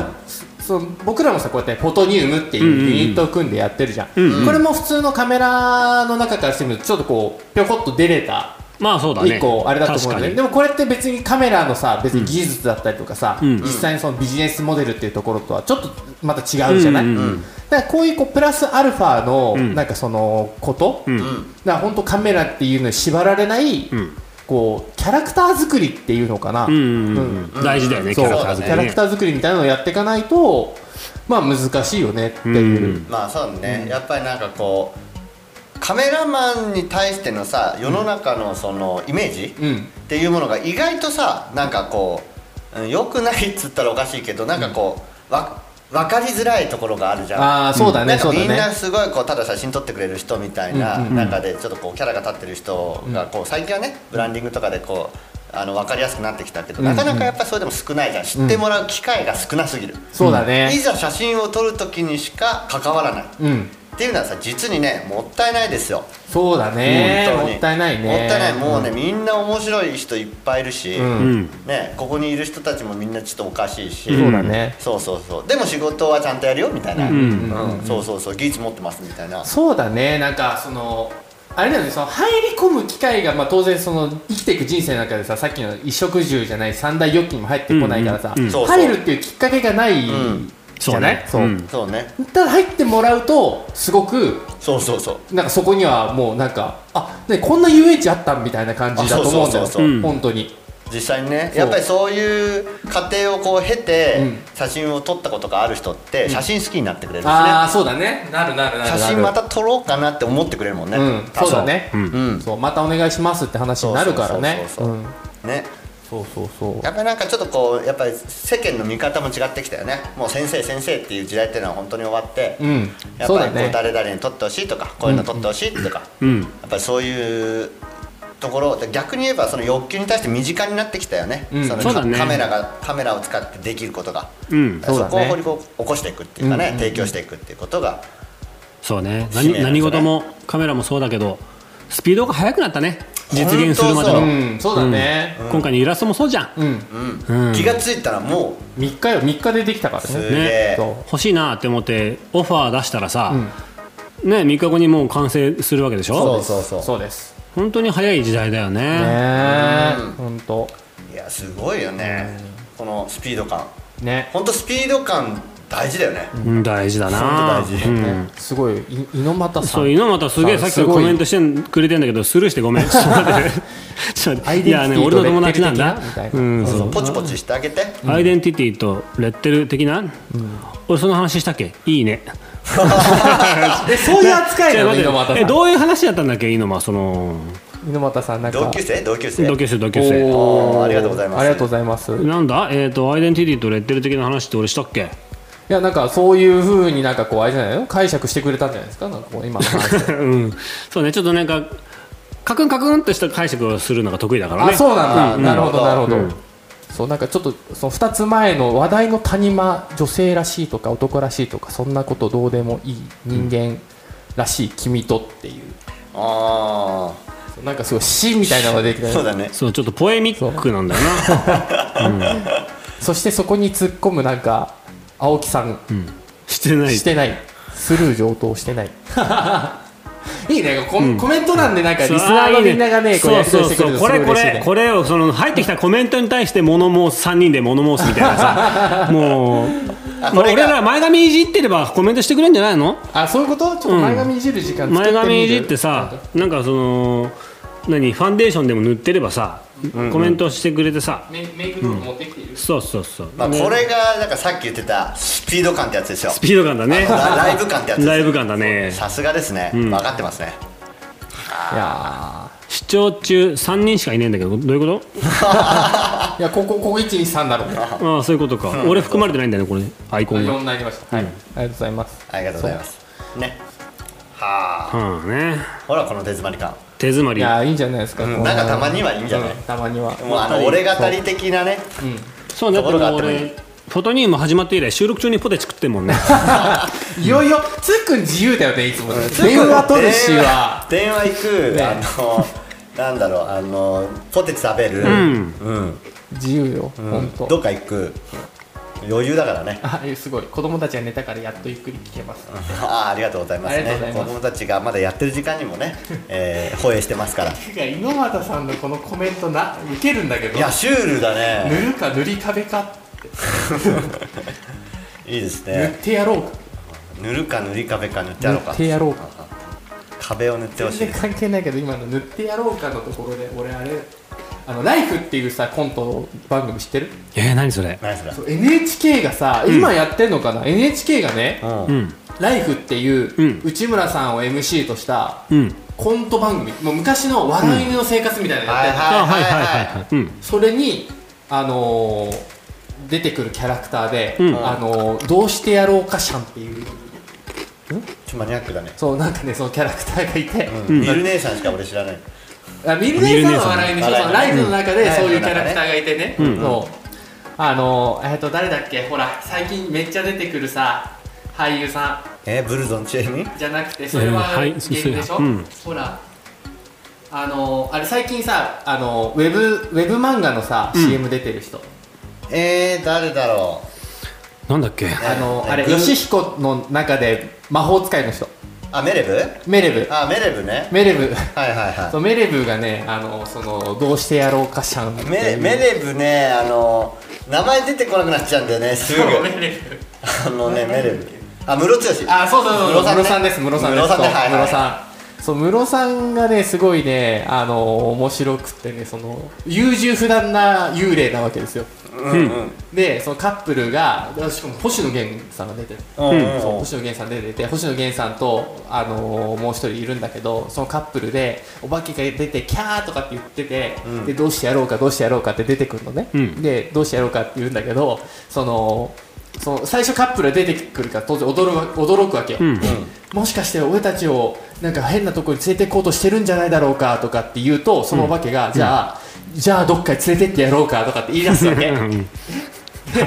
[SPEAKER 2] その僕らもさこうやってフォトニウムっていうユニットを組んでやってるじゃん、これも普通のカメラの中からしてみるとちょっとこうぴょこっと出れた
[SPEAKER 4] まあそうだね
[SPEAKER 2] 一個あれだと思うんだよね
[SPEAKER 4] 確
[SPEAKER 2] で
[SPEAKER 4] か
[SPEAKER 2] もこれって別にカメラのさ別に技術だったりとかさ、
[SPEAKER 4] ん
[SPEAKER 2] 実際にそのビジネスモデルっていうところとはちょっとまた違うじゃない、
[SPEAKER 4] うんうんう
[SPEAKER 2] だからこういうこうプラスアルファのなんかそのこと、
[SPEAKER 4] ん
[SPEAKER 2] だから本当カメラっていうのに縛られない、
[SPEAKER 4] ん
[SPEAKER 2] こうキャラクター作りっていうのかな、
[SPEAKER 4] にうんうんうん
[SPEAKER 3] ん
[SPEAKER 4] 大事だよねキ
[SPEAKER 2] そう
[SPEAKER 4] ャ
[SPEAKER 2] キ
[SPEAKER 4] ラクター作り
[SPEAKER 2] ャラ
[SPEAKER 4] ね
[SPEAKER 2] クター作りみたいなのをやっていかないとまあ難しいよねっていう、
[SPEAKER 4] うん
[SPEAKER 3] まあそうね、やっぱりなんかこうカメラマンに対してのさ世の中のそのイメージ、
[SPEAKER 2] うん
[SPEAKER 3] っていうものが意外とさなんかこううん良くないっつったらおかしいけどなんかこう、わ分かりづらいところがあるじゃん。
[SPEAKER 2] ああそうだね、
[SPEAKER 3] なん
[SPEAKER 2] そ
[SPEAKER 3] か
[SPEAKER 2] うだ
[SPEAKER 3] みん
[SPEAKER 2] ね
[SPEAKER 3] なすごいこうただ写真撮ってくれる人みたいな
[SPEAKER 2] うんうんうん
[SPEAKER 3] 中でちょっとこうキャラが立ってる人がこう最近はねブランディングとかでこうあの分かりやすくなってきたけど
[SPEAKER 2] うんう
[SPEAKER 3] なんかなかやっぱそれでも少ないじゃん知ってもらう機会が少なすぎる
[SPEAKER 2] そうだ
[SPEAKER 3] い
[SPEAKER 2] ね
[SPEAKER 3] ざ写真を撮る時にしか関わらないっ
[SPEAKER 2] うん
[SPEAKER 3] ていうのはさ実にねもったいないですよ
[SPEAKER 2] そうだね
[SPEAKER 3] 本当に
[SPEAKER 2] もったいないね
[SPEAKER 3] もったいないもうね、みんな面白い人いっぱいいるし、
[SPEAKER 2] うん
[SPEAKER 4] うん
[SPEAKER 3] ね、ここにいる人たちもみんなちょっとおかしいし、
[SPEAKER 2] そうだね
[SPEAKER 3] そうそうそうでも仕事はちゃんとやるよみたいな、うん
[SPEAKER 4] ん
[SPEAKER 3] そうそうそう技術持ってますみたいな
[SPEAKER 2] そうだねなんかそのあれだよねその入り込む機会が、まあ、当然その生きていく人生の中でささっきの衣食住じゃない三大欲求にも入ってこないからさ、
[SPEAKER 4] うんうん
[SPEAKER 3] うんそうそう
[SPEAKER 2] 入るっていうきっかけがない
[SPEAKER 3] ん
[SPEAKER 2] じゃない、
[SPEAKER 4] そうね
[SPEAKER 3] そうね
[SPEAKER 2] ただ入ってもらうとすごく
[SPEAKER 3] そうそうそう
[SPEAKER 2] なんかそこにはもうなんかあ、ね、こんな遊園地あったんみたいな感じだと思うんだよ
[SPEAKER 3] あそうそうそうそう
[SPEAKER 4] うん
[SPEAKER 2] 本当に
[SPEAKER 3] 実際にね
[SPEAKER 2] そう
[SPEAKER 3] やっぱりそういう過程をこう経て
[SPEAKER 2] うん
[SPEAKER 3] 写真を撮ったことがある人って写真好きになってくれるしね、
[SPEAKER 2] ああそうだねなるなるなるな
[SPEAKER 3] 写
[SPEAKER 2] る
[SPEAKER 3] 真また撮ろうかなって思ってくれるもんね、
[SPEAKER 2] うん
[SPEAKER 3] 多少
[SPEAKER 2] そうだね、
[SPEAKER 4] うん
[SPEAKER 3] うん
[SPEAKER 2] そうまたお願いしますって話になるからね
[SPEAKER 3] そうそうそうそうね
[SPEAKER 2] うんそうそうそう
[SPEAKER 3] やっぱりなんかちょっとこうやっぱり世間の見方も違ってきたよねもう先生先生っていう時代っていうのは本当に終わって、
[SPEAKER 2] うん
[SPEAKER 3] やっ
[SPEAKER 2] そう
[SPEAKER 3] ぱ
[SPEAKER 2] だ
[SPEAKER 3] りこう
[SPEAKER 2] ね
[SPEAKER 3] 誰々に撮ってほしいとか、こういうの撮ってほしいとか、
[SPEAKER 4] うん
[SPEAKER 3] やっぱりそういうところで逆に言えばその欲求に対して身近になってきたよね、
[SPEAKER 2] ん
[SPEAKER 3] その
[SPEAKER 4] そうだね
[SPEAKER 3] カメラがカメラを使ってできることが、
[SPEAKER 4] うん
[SPEAKER 2] そうだね
[SPEAKER 3] こを掘り起こしていくっていうか
[SPEAKER 2] う
[SPEAKER 3] ね、
[SPEAKER 2] んうん
[SPEAKER 3] 提供していくっていうことが
[SPEAKER 4] そうね
[SPEAKER 3] 使命
[SPEAKER 4] 何何
[SPEAKER 3] ですね
[SPEAKER 4] 事もカメラもそうだけどスピードが速くなったね実現するまで
[SPEAKER 3] 本当
[SPEAKER 2] う
[SPEAKER 3] そ
[SPEAKER 4] の
[SPEAKER 2] んそうだね
[SPEAKER 4] 今回のイラストもそうじゃん、
[SPEAKER 2] うん
[SPEAKER 4] うん
[SPEAKER 3] 気がついたらも
[SPEAKER 2] 3日よ3日でできたから
[SPEAKER 3] うす
[SPEAKER 2] ね
[SPEAKER 3] げえ、
[SPEAKER 4] ね
[SPEAKER 2] そ
[SPEAKER 4] 欲しいなって思ってオファー出したらさ、ね3日後にもう完成するわけでし
[SPEAKER 3] そ
[SPEAKER 4] ょ
[SPEAKER 3] うそうそう
[SPEAKER 2] うそうです
[SPEAKER 4] 本当に早い時代だよ
[SPEAKER 2] ね
[SPEAKER 4] ね
[SPEAKER 2] えほんと
[SPEAKER 3] いやすごいよね、このスピード感
[SPEAKER 2] ね
[SPEAKER 3] 本当スピード感大事だよね、
[SPEAKER 4] うん大事だな
[SPEAKER 3] 本当大事
[SPEAKER 4] うん
[SPEAKER 2] すごいい猪俣さ
[SPEAKER 4] そ
[SPEAKER 2] ん
[SPEAKER 4] ういうのまたすげえ
[SPEAKER 2] さ
[SPEAKER 4] さ
[SPEAKER 2] あ
[SPEAKER 4] っきからコメントしてくれてんだけどスルーしてごめん ちょっと待ってちょっと
[SPEAKER 2] ア
[SPEAKER 4] 待っ
[SPEAKER 2] イ
[SPEAKER 4] てい
[SPEAKER 2] デンティテ
[SPEAKER 4] やね
[SPEAKER 2] ィ
[SPEAKER 4] 俺
[SPEAKER 2] と
[SPEAKER 4] の友達なん
[SPEAKER 2] レッ
[SPEAKER 4] だ
[SPEAKER 2] テル的なみたいなん
[SPEAKER 3] そう
[SPEAKER 4] うそ
[SPEAKER 3] そううポチポチしてあげて、
[SPEAKER 4] アイデンティティとレッテル的な、俺その話したっけいいね
[SPEAKER 2] えそういう扱いなの
[SPEAKER 4] ち
[SPEAKER 2] 猪
[SPEAKER 4] ょっ
[SPEAKER 2] 俣さ
[SPEAKER 4] と待っ
[SPEAKER 2] ん
[SPEAKER 4] てえどういう話だったんだっけいいのまあその
[SPEAKER 2] 猪俣さんなんか
[SPEAKER 3] 同級生同級生
[SPEAKER 4] 同級生同級生
[SPEAKER 2] お
[SPEAKER 3] お
[SPEAKER 2] ー
[SPEAKER 3] ーありがとうございます
[SPEAKER 2] ありがとうございますい
[SPEAKER 4] なんだえっ、とアイデンティティとレッテル的な話って俺したっけ
[SPEAKER 2] やなんかそういうふうになんかこうあれじゃないの解釈してくれたんじゃないですかなんか こう今の話
[SPEAKER 4] うん、そうねちょっとなんかカクンカクンとした解釈をするのが得意だからね
[SPEAKER 2] あそうなんだ
[SPEAKER 3] うん
[SPEAKER 2] なるほどな
[SPEAKER 3] な
[SPEAKER 2] る
[SPEAKER 3] る
[SPEAKER 2] ほ
[SPEAKER 3] ほ
[SPEAKER 2] どそうなんかちょっとその2つ前の話題の谷間女性らしいとか男らしいとかそんなことどうでもいい人間らしい君とっていう
[SPEAKER 3] ああ
[SPEAKER 2] そうなんかすごい詩みたいなのができた
[SPEAKER 3] そうだね
[SPEAKER 4] そうちょっとポエミックなんだよな
[SPEAKER 2] そしてそこに突っ込むなんか青木さん
[SPEAKER 4] してない
[SPEAKER 2] してない、スルー上等してない いいねこ、コメント欄でなんかリスナーのみんながねこう
[SPEAKER 4] そ
[SPEAKER 2] や
[SPEAKER 4] う
[SPEAKER 2] り取
[SPEAKER 4] そ
[SPEAKER 2] り
[SPEAKER 4] う
[SPEAKER 2] してくれ
[SPEAKER 4] そ
[SPEAKER 2] る
[SPEAKER 4] う
[SPEAKER 2] と
[SPEAKER 4] こ
[SPEAKER 2] すごい嬉
[SPEAKER 4] れこ
[SPEAKER 2] しい
[SPEAKER 4] れ
[SPEAKER 2] ね
[SPEAKER 4] これをその入ってきたコメントに対して物申す3人で物申すみたいな さもう
[SPEAKER 3] あ
[SPEAKER 4] まあ
[SPEAKER 3] これ
[SPEAKER 4] 俺
[SPEAKER 3] が
[SPEAKER 4] ら前髪いじってればコメントしてくれんじゃないの
[SPEAKER 2] あそういうことちょっと前髪いじる時間作ってみ
[SPEAKER 4] 前
[SPEAKER 2] る
[SPEAKER 4] 髪いじってさなんかその何ファンデーションでも塗ってればさコメントしてくれてさ
[SPEAKER 2] メメイク道具持ってきている、
[SPEAKER 4] そうそうそう
[SPEAKER 3] まあ、これがなんかさっき言ってたスピード感ってやつでしょ
[SPEAKER 4] スピード感だね
[SPEAKER 3] ラライブ感ってやつ
[SPEAKER 4] ライブ感だね
[SPEAKER 3] さすがですね、分かってますね
[SPEAKER 2] いや
[SPEAKER 4] 視聴中3人しかいないんだけどどういうこ
[SPEAKER 2] ーいやここここ123だろうね
[SPEAKER 4] とああそういうことか俺含まれてないんだよねこれアイコンが
[SPEAKER 2] 4になりました、はい、ありがとうございます
[SPEAKER 3] ありがとうございますねはあ
[SPEAKER 4] はあね
[SPEAKER 3] ほらこの手詰まり感、
[SPEAKER 4] 手詰ま
[SPEAKER 2] い
[SPEAKER 4] り
[SPEAKER 2] やーいいんじゃないですか、
[SPEAKER 3] うん
[SPEAKER 2] こう
[SPEAKER 3] なんかたまにはいいんじゃない
[SPEAKER 2] うんたまには
[SPEAKER 3] もうあの俺語り的なね
[SPEAKER 4] そうね
[SPEAKER 3] ところがあってもいい
[SPEAKER 4] 俺フォトニウム始まって以来収録中にポテチ食ってんもんね
[SPEAKER 2] いよいよつっくん自由だよねいつもね電話取るしは
[SPEAKER 3] 電話行く、
[SPEAKER 2] ね
[SPEAKER 3] あのなんだろうあのポテチ食べる、
[SPEAKER 4] ん
[SPEAKER 3] うん
[SPEAKER 2] 自由よ本当。
[SPEAKER 3] どっか行く余裕だからね
[SPEAKER 2] あえすごい子供たちが寝たからやっとゆっくり聞けます
[SPEAKER 3] あーありがとうございます
[SPEAKER 2] ありがとうござ
[SPEAKER 3] ね
[SPEAKER 2] い
[SPEAKER 3] 子
[SPEAKER 2] ます
[SPEAKER 3] 供たちがまだやってる時間に もね、えー、放映してますから
[SPEAKER 2] てか猪俣さんのこのコメントな受けるんだけど
[SPEAKER 3] いやシュールだ
[SPEAKER 2] 塗る
[SPEAKER 3] ね
[SPEAKER 2] か塗り壁か
[SPEAKER 3] いいです
[SPEAKER 2] 塗っ
[SPEAKER 3] ね
[SPEAKER 2] てやろうか
[SPEAKER 3] 塗るか塗り壁か塗ってやろうか
[SPEAKER 2] やろうか
[SPEAKER 3] 壁を塗ってほ
[SPEAKER 2] 全
[SPEAKER 3] しい
[SPEAKER 2] 然
[SPEAKER 3] です
[SPEAKER 2] 関係ないけど今の塗ってやろうかのところで俺あれあのライフっていうさコント番組知ってる
[SPEAKER 4] えー、何それ
[SPEAKER 3] ナイスだ
[SPEAKER 2] そう NHK がさ、今やってんのかな NHK がね
[SPEAKER 3] う
[SPEAKER 4] うんん
[SPEAKER 2] 「ライフっていう、
[SPEAKER 4] うん
[SPEAKER 2] 内村さんを MC とした
[SPEAKER 4] うん
[SPEAKER 2] コント番組もう昔の笑い犬の生活みたいなのやってんの
[SPEAKER 3] はい
[SPEAKER 4] あ
[SPEAKER 3] は
[SPEAKER 4] はいい
[SPEAKER 3] は
[SPEAKER 4] はいい
[SPEAKER 3] は
[SPEAKER 4] はいい
[SPEAKER 3] は
[SPEAKER 4] はいい、うん
[SPEAKER 2] それに、あのー出てくるキャラクターで、
[SPEAKER 4] うん
[SPEAKER 2] あのーどうしてやろうかシャンっていう
[SPEAKER 3] ちょマニアックだね
[SPEAKER 2] そうなんかねそのキャラクターがいて、
[SPEAKER 3] ミルネーションしか俺知らない
[SPEAKER 2] あミルネーさんは笑いにし
[SPEAKER 3] ミルネーさん
[SPEAKER 2] ライブの中
[SPEAKER 3] う
[SPEAKER 2] で
[SPEAKER 3] ん
[SPEAKER 2] そういうキャラクターがいてね、
[SPEAKER 4] ん
[SPEAKER 2] そうあのーえっと誰だっけほら最近めっちゃ出てくるさ俳優さ
[SPEAKER 3] えー、ブルゾンチェミ
[SPEAKER 2] んじゃなくてそれは
[SPEAKER 4] うんはい
[SPEAKER 2] 芸人でしょ、
[SPEAKER 4] うん
[SPEAKER 2] ほらあのーあれ最近さあのーウェブウェブ漫画のさ、CM 出てる人
[SPEAKER 3] えー、誰だろう
[SPEAKER 4] なんだっけ
[SPEAKER 2] あのーあれ
[SPEAKER 3] グー
[SPEAKER 2] 吉彦の中で魔法使いの人
[SPEAKER 3] あメレブ
[SPEAKER 2] メレブ
[SPEAKER 3] あメレブね
[SPEAKER 2] メレブ
[SPEAKER 3] はいはいはい
[SPEAKER 2] そうメレブがねあのそのどうしてやろうかシャンっていう
[SPEAKER 3] メレメレブねあの名前出てこなくなっちゃうんだよねすぐ
[SPEAKER 2] そうメレブ
[SPEAKER 3] あのねメレブあムロツヨシ
[SPEAKER 2] あそうそうそう
[SPEAKER 3] ムロさんね
[SPEAKER 2] ムロさんですムロさんです
[SPEAKER 3] ムロさんね
[SPEAKER 2] そう
[SPEAKER 3] はいはい
[SPEAKER 2] ムロさんそうムロさんがねすごいねあの面白くってねその優柔不断な幽霊なわけですよ
[SPEAKER 3] うんうん
[SPEAKER 2] でそのカップルがしかも星野源さんが出てる
[SPEAKER 3] うんうん
[SPEAKER 2] そう星野源さん出てて星野源さんと、あのーもう一人いるんだけどそのカップルでお化けが出てキャーとかって言ってて、
[SPEAKER 3] うん
[SPEAKER 2] でどうしてやろうかどうしてやろうかって出てくるのね、
[SPEAKER 4] うん
[SPEAKER 2] でどうしてやろうかって言うんだけどそのその最初カップルが出てくるから当然驚わ驚くわけよ、
[SPEAKER 4] うんうん
[SPEAKER 2] もしかして俺たちをなんか変なとこに連れて行こうとしてるんじゃないだろうかとかって言うとそのお化けが、じゃあ、じゃあどっかに連れてってやろうかとかって言い出すわ け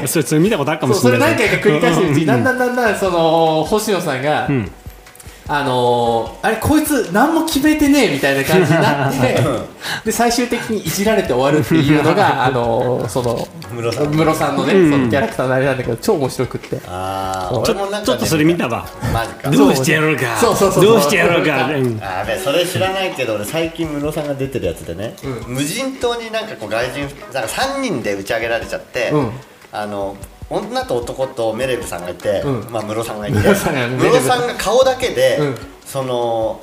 [SPEAKER 4] それそれ見たことあるか
[SPEAKER 2] そ
[SPEAKER 4] も
[SPEAKER 2] う
[SPEAKER 4] し
[SPEAKER 2] そ
[SPEAKER 4] れ
[SPEAKER 2] れ
[SPEAKER 4] な
[SPEAKER 2] 何
[SPEAKER 4] い
[SPEAKER 2] 回か繰り返してるうちにだんだんだんだんその星野さんが、
[SPEAKER 4] うん
[SPEAKER 2] あのー、あれこいつ何も決めてねえみたいな感じになってで最終的にいじられて終わるっていうのがあのー、その
[SPEAKER 3] ムロさん
[SPEAKER 2] ムロさんのね、
[SPEAKER 4] うん
[SPEAKER 2] そのキャラクターのあれなんだけど超面白くって。
[SPEAKER 3] あー
[SPEAKER 2] そう
[SPEAKER 3] 俺もなんか、ね、
[SPEAKER 4] ちょっとそれ見たわ
[SPEAKER 3] マジか
[SPEAKER 4] どうしてやろうか
[SPEAKER 2] そうそうそう
[SPEAKER 4] どうしてやろうかうん
[SPEAKER 3] あーべそれ知らないけど俺最近ムロさんが出てるやつでね、無人島になんかこう外人なんか3人で打ち上げられちゃって、
[SPEAKER 2] うん
[SPEAKER 3] あの女と男とメレブさんがいて、
[SPEAKER 2] うん
[SPEAKER 3] まあ、ムロさんがいて
[SPEAKER 2] ムロさんが
[SPEAKER 3] ムロさんが顔だけで、
[SPEAKER 2] うん
[SPEAKER 3] その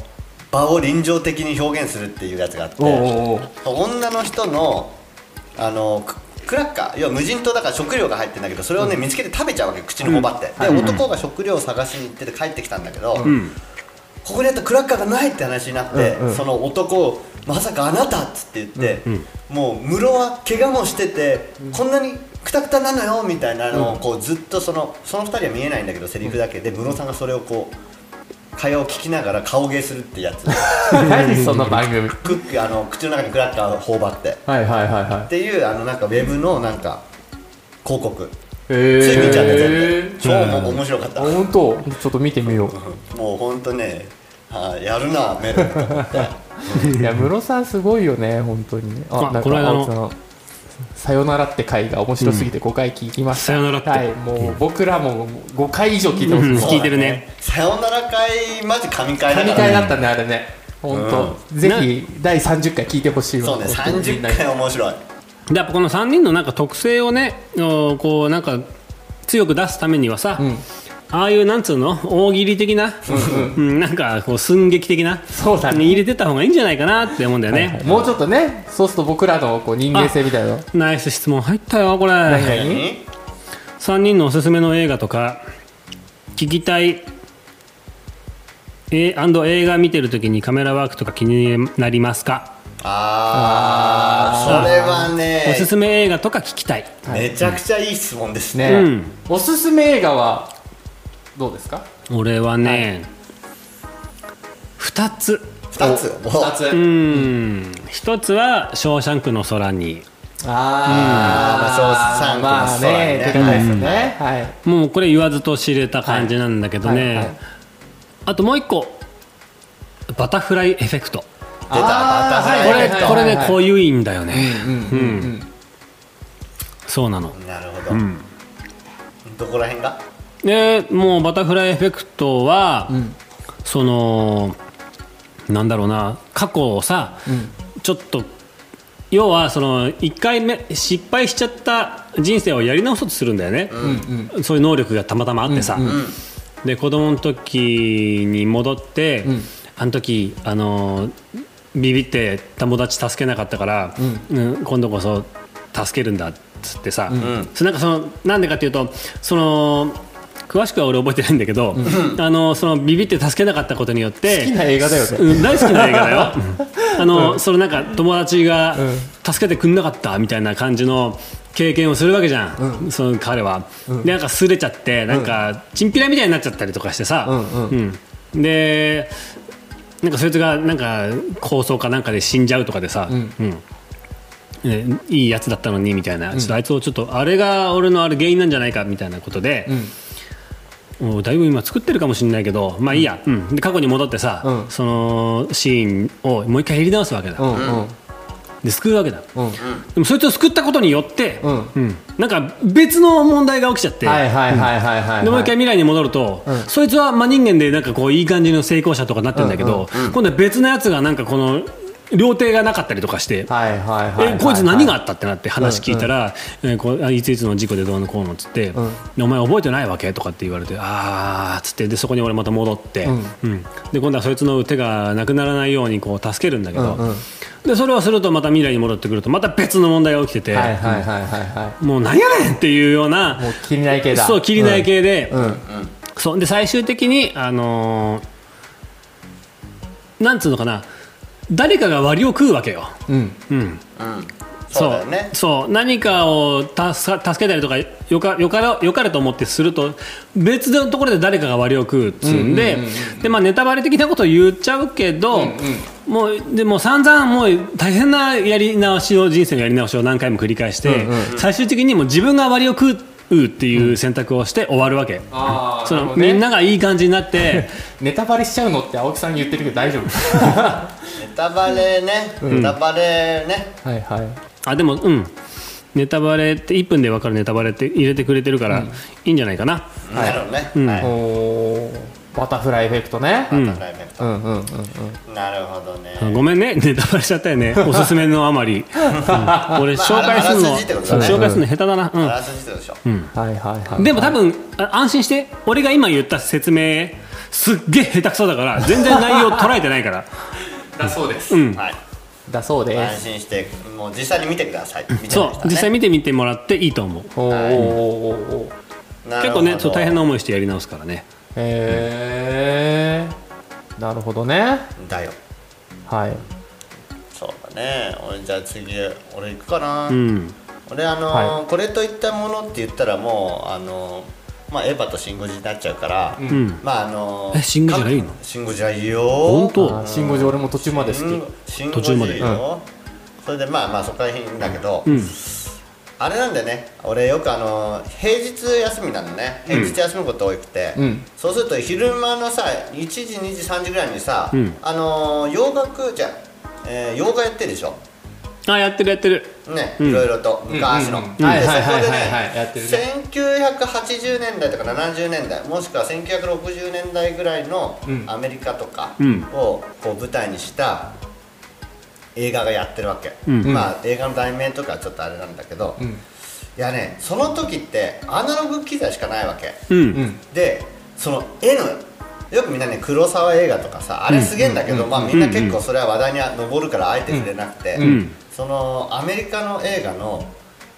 [SPEAKER 3] 場を臨場的に表現するっていうやつがあって
[SPEAKER 2] おうおうおう
[SPEAKER 3] 女の人のあのククラッカー要は無人島だから食料が入ってんだけどそれをね、見つけて食べちゃうわけ口に頬張って、で、男が食料を探しに行ってて帰ってきたんだけど、
[SPEAKER 4] ん
[SPEAKER 3] ここにあったクラッカーがないって話になって、
[SPEAKER 2] うんうん
[SPEAKER 3] その男をまさかあなたっつって言って、もう室は怪我もしてて、こんなにくたくたなのよみたいなのをこうずっとそのその2人は見えないんだけどセリフだけで室さんがそれをこう会話を聞きながら顔芸するってやつ
[SPEAKER 2] 何その番組
[SPEAKER 3] クッキーあの口の中にクラッカーを頬張って。
[SPEAKER 2] はいはいはいは
[SPEAKER 3] っていうあのなんかウェブのなんか広告
[SPEAKER 2] いへ
[SPEAKER 3] それ見ちゃった全
[SPEAKER 2] え
[SPEAKER 3] 部超もう面白かった、
[SPEAKER 2] 本当ちょっと見てみよう
[SPEAKER 3] もうほんとねあやるなメルと思って
[SPEAKER 2] いやムロさんすごいよね本当にね
[SPEAKER 4] あ
[SPEAKER 2] なんか
[SPEAKER 4] この間の
[SPEAKER 2] そさよならって回が面白すぎて5回聞きました、
[SPEAKER 4] さよならって
[SPEAKER 2] はいもう僕らも5回以上聞いてます、
[SPEAKER 4] うん
[SPEAKER 2] もう
[SPEAKER 4] 聞いてるね
[SPEAKER 3] さよなら会マジ神回だから
[SPEAKER 2] 神回だったねあれね本当、ぜひ第30回聞いてほしいわ
[SPEAKER 3] そうね30回面白い
[SPEAKER 4] でやっぱこの3人のなんか特性をねおこうなんか強く出すためにはさ、
[SPEAKER 2] ん
[SPEAKER 4] ああいうなんつうの大喜利的な、うんなんかこう寸劇的な
[SPEAKER 2] そうだね
[SPEAKER 4] 入れてった方がいいんじゃないかなって思うんだよね、
[SPEAKER 2] もうちょっとねそうすると僕らのこう人間性みたいなの
[SPEAKER 4] ナイス質問入ったよこれ
[SPEAKER 2] 何がいい
[SPEAKER 3] 何
[SPEAKER 4] 3人のおすすめの映画とか聞きたいえー映画見てる時にカメラワークとか気になりますか、
[SPEAKER 3] あーそれは
[SPEAKER 4] おす
[SPEAKER 3] ね
[SPEAKER 4] すめ映画とか聞きたい
[SPEAKER 3] めちゃくちゃいい質問ですね
[SPEAKER 2] ね、
[SPEAKER 4] うん
[SPEAKER 2] おすすめ映画はどうですか
[SPEAKER 4] 俺はね、2つ
[SPEAKER 3] 2つお
[SPEAKER 2] 2つ、
[SPEAKER 4] うん1つは「ショーシャンクの空に」
[SPEAKER 2] あー、
[SPEAKER 3] うんあーまあそう
[SPEAKER 2] まあね、
[SPEAKER 3] そうだね
[SPEAKER 2] 手堅いですよね。はい。
[SPEAKER 4] もうこれ言わずと知れた感じなんだけどね、
[SPEAKER 2] はいはい
[SPEAKER 4] あともう一個バタフライエフェクト
[SPEAKER 3] 出た
[SPEAKER 2] あー
[SPEAKER 3] バタフライ
[SPEAKER 4] これ,、
[SPEAKER 2] はいはいはい
[SPEAKER 4] これね、
[SPEAKER 2] はい
[SPEAKER 4] こういういいんだよね、
[SPEAKER 2] うんうん
[SPEAKER 4] そうなの
[SPEAKER 3] なるほど、どこら辺が
[SPEAKER 4] でもうバタフライエフェクトは、
[SPEAKER 2] ん
[SPEAKER 4] そのなんだろうな過去をさ、ちょっと要はその1回目失敗しちゃった人生をやり直そうとするんだよね、そういう能力がたまたまあってさ、で子供の時に戻って、あの時あのビビって友達助けなかったから、うん今度こそ助けるんだっつってさ、そなんかそのなんでかっていうとその詳しくは俺覚えてないんだけど、あのそのビビって助けなかったことによって
[SPEAKER 2] 好きな映画だよね
[SPEAKER 4] うん大好きな映画 だよあの、そのなんか友達が助けてくんなかったみたいな感じの経験をするわけじゃん、その彼は、でなんか擦れちゃってなんかチンピラみたいになっちゃったりとかしてさ、
[SPEAKER 2] うん
[SPEAKER 4] うんでなんかそいつがなんか抗争かなんかで死んじゃうとかでさ、うんねいいやつだったのにみたいな、ちょっとあいつをちょっとあれが俺のあれ原因なんじゃないかみたいなことで、もうだいぶ今作ってるかもしれないけどまあいいや、うんで過去に戻ってさ、
[SPEAKER 2] うん
[SPEAKER 4] そのシーンをもう一回やり直すわけだ、
[SPEAKER 2] うんうん
[SPEAKER 4] で救うわけだ
[SPEAKER 2] うん。
[SPEAKER 4] でもそいつを救ったことによって、
[SPEAKER 2] うん
[SPEAKER 4] うんなんか別の問題が起きちゃって、
[SPEAKER 2] はいはいはいはいはい。
[SPEAKER 4] でもう一回未来に戻ると、
[SPEAKER 2] ん
[SPEAKER 4] そいつは真人間でなんかこういい感じの成功者とかなってるんだけど、今度は別のやつがなんかこの料亭がなかったりとかして、
[SPEAKER 2] はいはいはいはい。
[SPEAKER 4] えこいつ何があったってなって話聞いたら、えこうあいついつの事故でどうのこうのっつって、
[SPEAKER 2] ん
[SPEAKER 4] でお前覚えてないわけとかって言われてああっつってでそこに俺また戻って、うんで今度はそいつの手がなくならないようにこう助けるんだけど、
[SPEAKER 2] うんうん
[SPEAKER 4] でそれをするとまた未来に戻ってくるとまた別の問題が起きてて、
[SPEAKER 2] はいはいはいはいは。
[SPEAKER 4] もうなんやねんっていうようない
[SPEAKER 2] もう切りない系だ。
[SPEAKER 4] そう切りない系で、
[SPEAKER 2] うん。うん。
[SPEAKER 4] そうで最終的にあのーなんつうのかな誰かが割を食うわけよ。
[SPEAKER 2] うん。
[SPEAKER 4] うん
[SPEAKER 3] うんそうだよね
[SPEAKER 4] そうそう何かをたす助けたりとかよかよかよかれと思ってすると別のところで誰かが割を食うっつうんででまあネタバレ的なことを言っちゃうけど、もうでも散々もう大変なやり直しを人生のやり直しを何回も繰り返して、最終的にもう自分が割を食うっていう選択をして終わるわけ、
[SPEAKER 2] あー
[SPEAKER 4] そ
[SPEAKER 2] なる
[SPEAKER 4] の
[SPEAKER 2] ほどね
[SPEAKER 4] みんながいい感じになって。
[SPEAKER 2] ネタバレしちゃうのって青木さんに言ってるけど大丈夫
[SPEAKER 3] ネタバレね、ネタバレね
[SPEAKER 2] はいはい。
[SPEAKER 4] あでもうんネタバレって1分で分かるネタバレって入れてくれてるから、いいんじゃないかな
[SPEAKER 3] なるほどね、はい
[SPEAKER 2] おーバタフライエフェクトね。うん
[SPEAKER 3] バタフライエフェクト
[SPEAKER 2] うんうんうん。
[SPEAKER 3] なるほどね
[SPEAKER 4] ごめんね ネタバレしちゃった よねおすすめのあまり、うん俺紹介する
[SPEAKER 3] あら
[SPEAKER 4] の、
[SPEAKER 3] すじってことだね
[SPEAKER 4] 紹介するの下手だな、
[SPEAKER 3] あ
[SPEAKER 4] うん
[SPEAKER 3] らすじってことでしょ、
[SPEAKER 2] はいはいはい。
[SPEAKER 4] でも多分あ安心して俺が今言った説明すっげえ下手くそだから全然内容捉えてな いから
[SPEAKER 2] だそうです。
[SPEAKER 3] はい
[SPEAKER 2] だそうで
[SPEAKER 3] 安
[SPEAKER 2] す。
[SPEAKER 3] 心してもう実際に見てください見てくだ
[SPEAKER 4] そう
[SPEAKER 3] さいね
[SPEAKER 4] 実際見てみてもらっていいと思う
[SPEAKER 2] おーおーおーおー。
[SPEAKER 3] なる
[SPEAKER 4] 結
[SPEAKER 3] ほど
[SPEAKER 4] 構ねそう大変な思いしてやり直すからね
[SPEAKER 2] へー。なるほどね。
[SPEAKER 3] だよ
[SPEAKER 2] はい。
[SPEAKER 3] そうだね俺じゃあ次俺行くかな、
[SPEAKER 4] うん
[SPEAKER 3] 俺あのー
[SPEAKER 2] は
[SPEAKER 3] これといったものって言ったらもうあのーまあエヴァとシン・ゴジになっちゃうから、
[SPEAKER 4] ん
[SPEAKER 3] まああの
[SPEAKER 4] えシンゴジラいいの
[SPEAKER 3] かシン・ゴジラいいよ
[SPEAKER 4] 本当
[SPEAKER 2] あーシンゴジ俺も途中まで好
[SPEAKER 3] シ
[SPEAKER 2] き。
[SPEAKER 3] ンシン・ゴ
[SPEAKER 4] 途中
[SPEAKER 3] ジ
[SPEAKER 4] ま
[SPEAKER 3] ラ
[SPEAKER 4] で
[SPEAKER 3] いいよ、それでまあまあそこら辺いいんだけど、
[SPEAKER 4] うん
[SPEAKER 3] あれなんだよね俺よくあのー平日休みなのね平日休むこと多くて、
[SPEAKER 2] うん
[SPEAKER 3] そうすると昼間のさ1時2時3時ぐらいにさ、
[SPEAKER 4] うん
[SPEAKER 3] あのー洋楽じゃん、えー洋画やってるでしょ
[SPEAKER 4] あやってるやってる
[SPEAKER 3] ね、
[SPEAKER 4] うん
[SPEAKER 3] いろいろと昔の、
[SPEAKER 2] うんうんうん
[SPEAKER 3] で
[SPEAKER 2] はい
[SPEAKER 3] そ
[SPEAKER 2] はい
[SPEAKER 3] こ
[SPEAKER 2] はい
[SPEAKER 3] で
[SPEAKER 2] はいはいやってる
[SPEAKER 3] ね1980年代とか70年代もしくは1960年代ぐらいの
[SPEAKER 2] うん
[SPEAKER 3] アメリカとか
[SPEAKER 4] うん
[SPEAKER 3] をこう舞台にした映画がやってるわけ、
[SPEAKER 4] うん
[SPEAKER 3] まあ映画の題名とかちょっとあれなんだけど、
[SPEAKER 2] うん
[SPEAKER 3] いやねその時ってアナログ機材しかないわけ
[SPEAKER 4] うん、
[SPEAKER 2] うん。
[SPEAKER 3] でその絵のよくみんなね黒沢映画とかさあれすげえんだけど、まあ、みんな結構それは話題に上るからあえて触れなくて、
[SPEAKER 4] ん
[SPEAKER 3] そのアメリカの映画の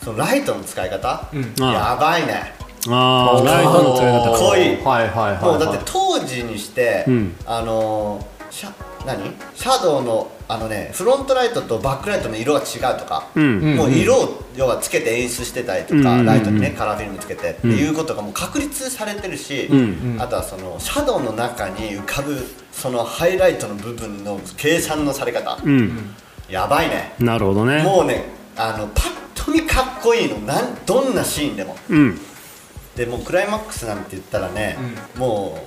[SPEAKER 3] そのライトの使い方、
[SPEAKER 2] ん
[SPEAKER 3] やばいね
[SPEAKER 4] ああライトの使い方
[SPEAKER 3] 濃い
[SPEAKER 2] はいはいはいはい。
[SPEAKER 3] もうだって当時にして、
[SPEAKER 4] うん
[SPEAKER 3] あのーシャ何シャドウのあのねフロントライトとバックライトの色が違うとか、
[SPEAKER 4] うん
[SPEAKER 3] もう色を要はつけて演出してたりとか、
[SPEAKER 4] うん
[SPEAKER 3] ライトにねカラーフィルムつけてっていうことがもう確立されてるし、
[SPEAKER 4] ん
[SPEAKER 3] あとはそのシャドウの中に浮かぶそのハイライトの部分の計算のされ方、
[SPEAKER 4] うん
[SPEAKER 3] やばいね
[SPEAKER 4] なるほどね
[SPEAKER 3] もうねあのパッとにかっこいいのなんどんなシーンでも
[SPEAKER 4] うん
[SPEAKER 3] でもうクライマックスなんて言ったらね、も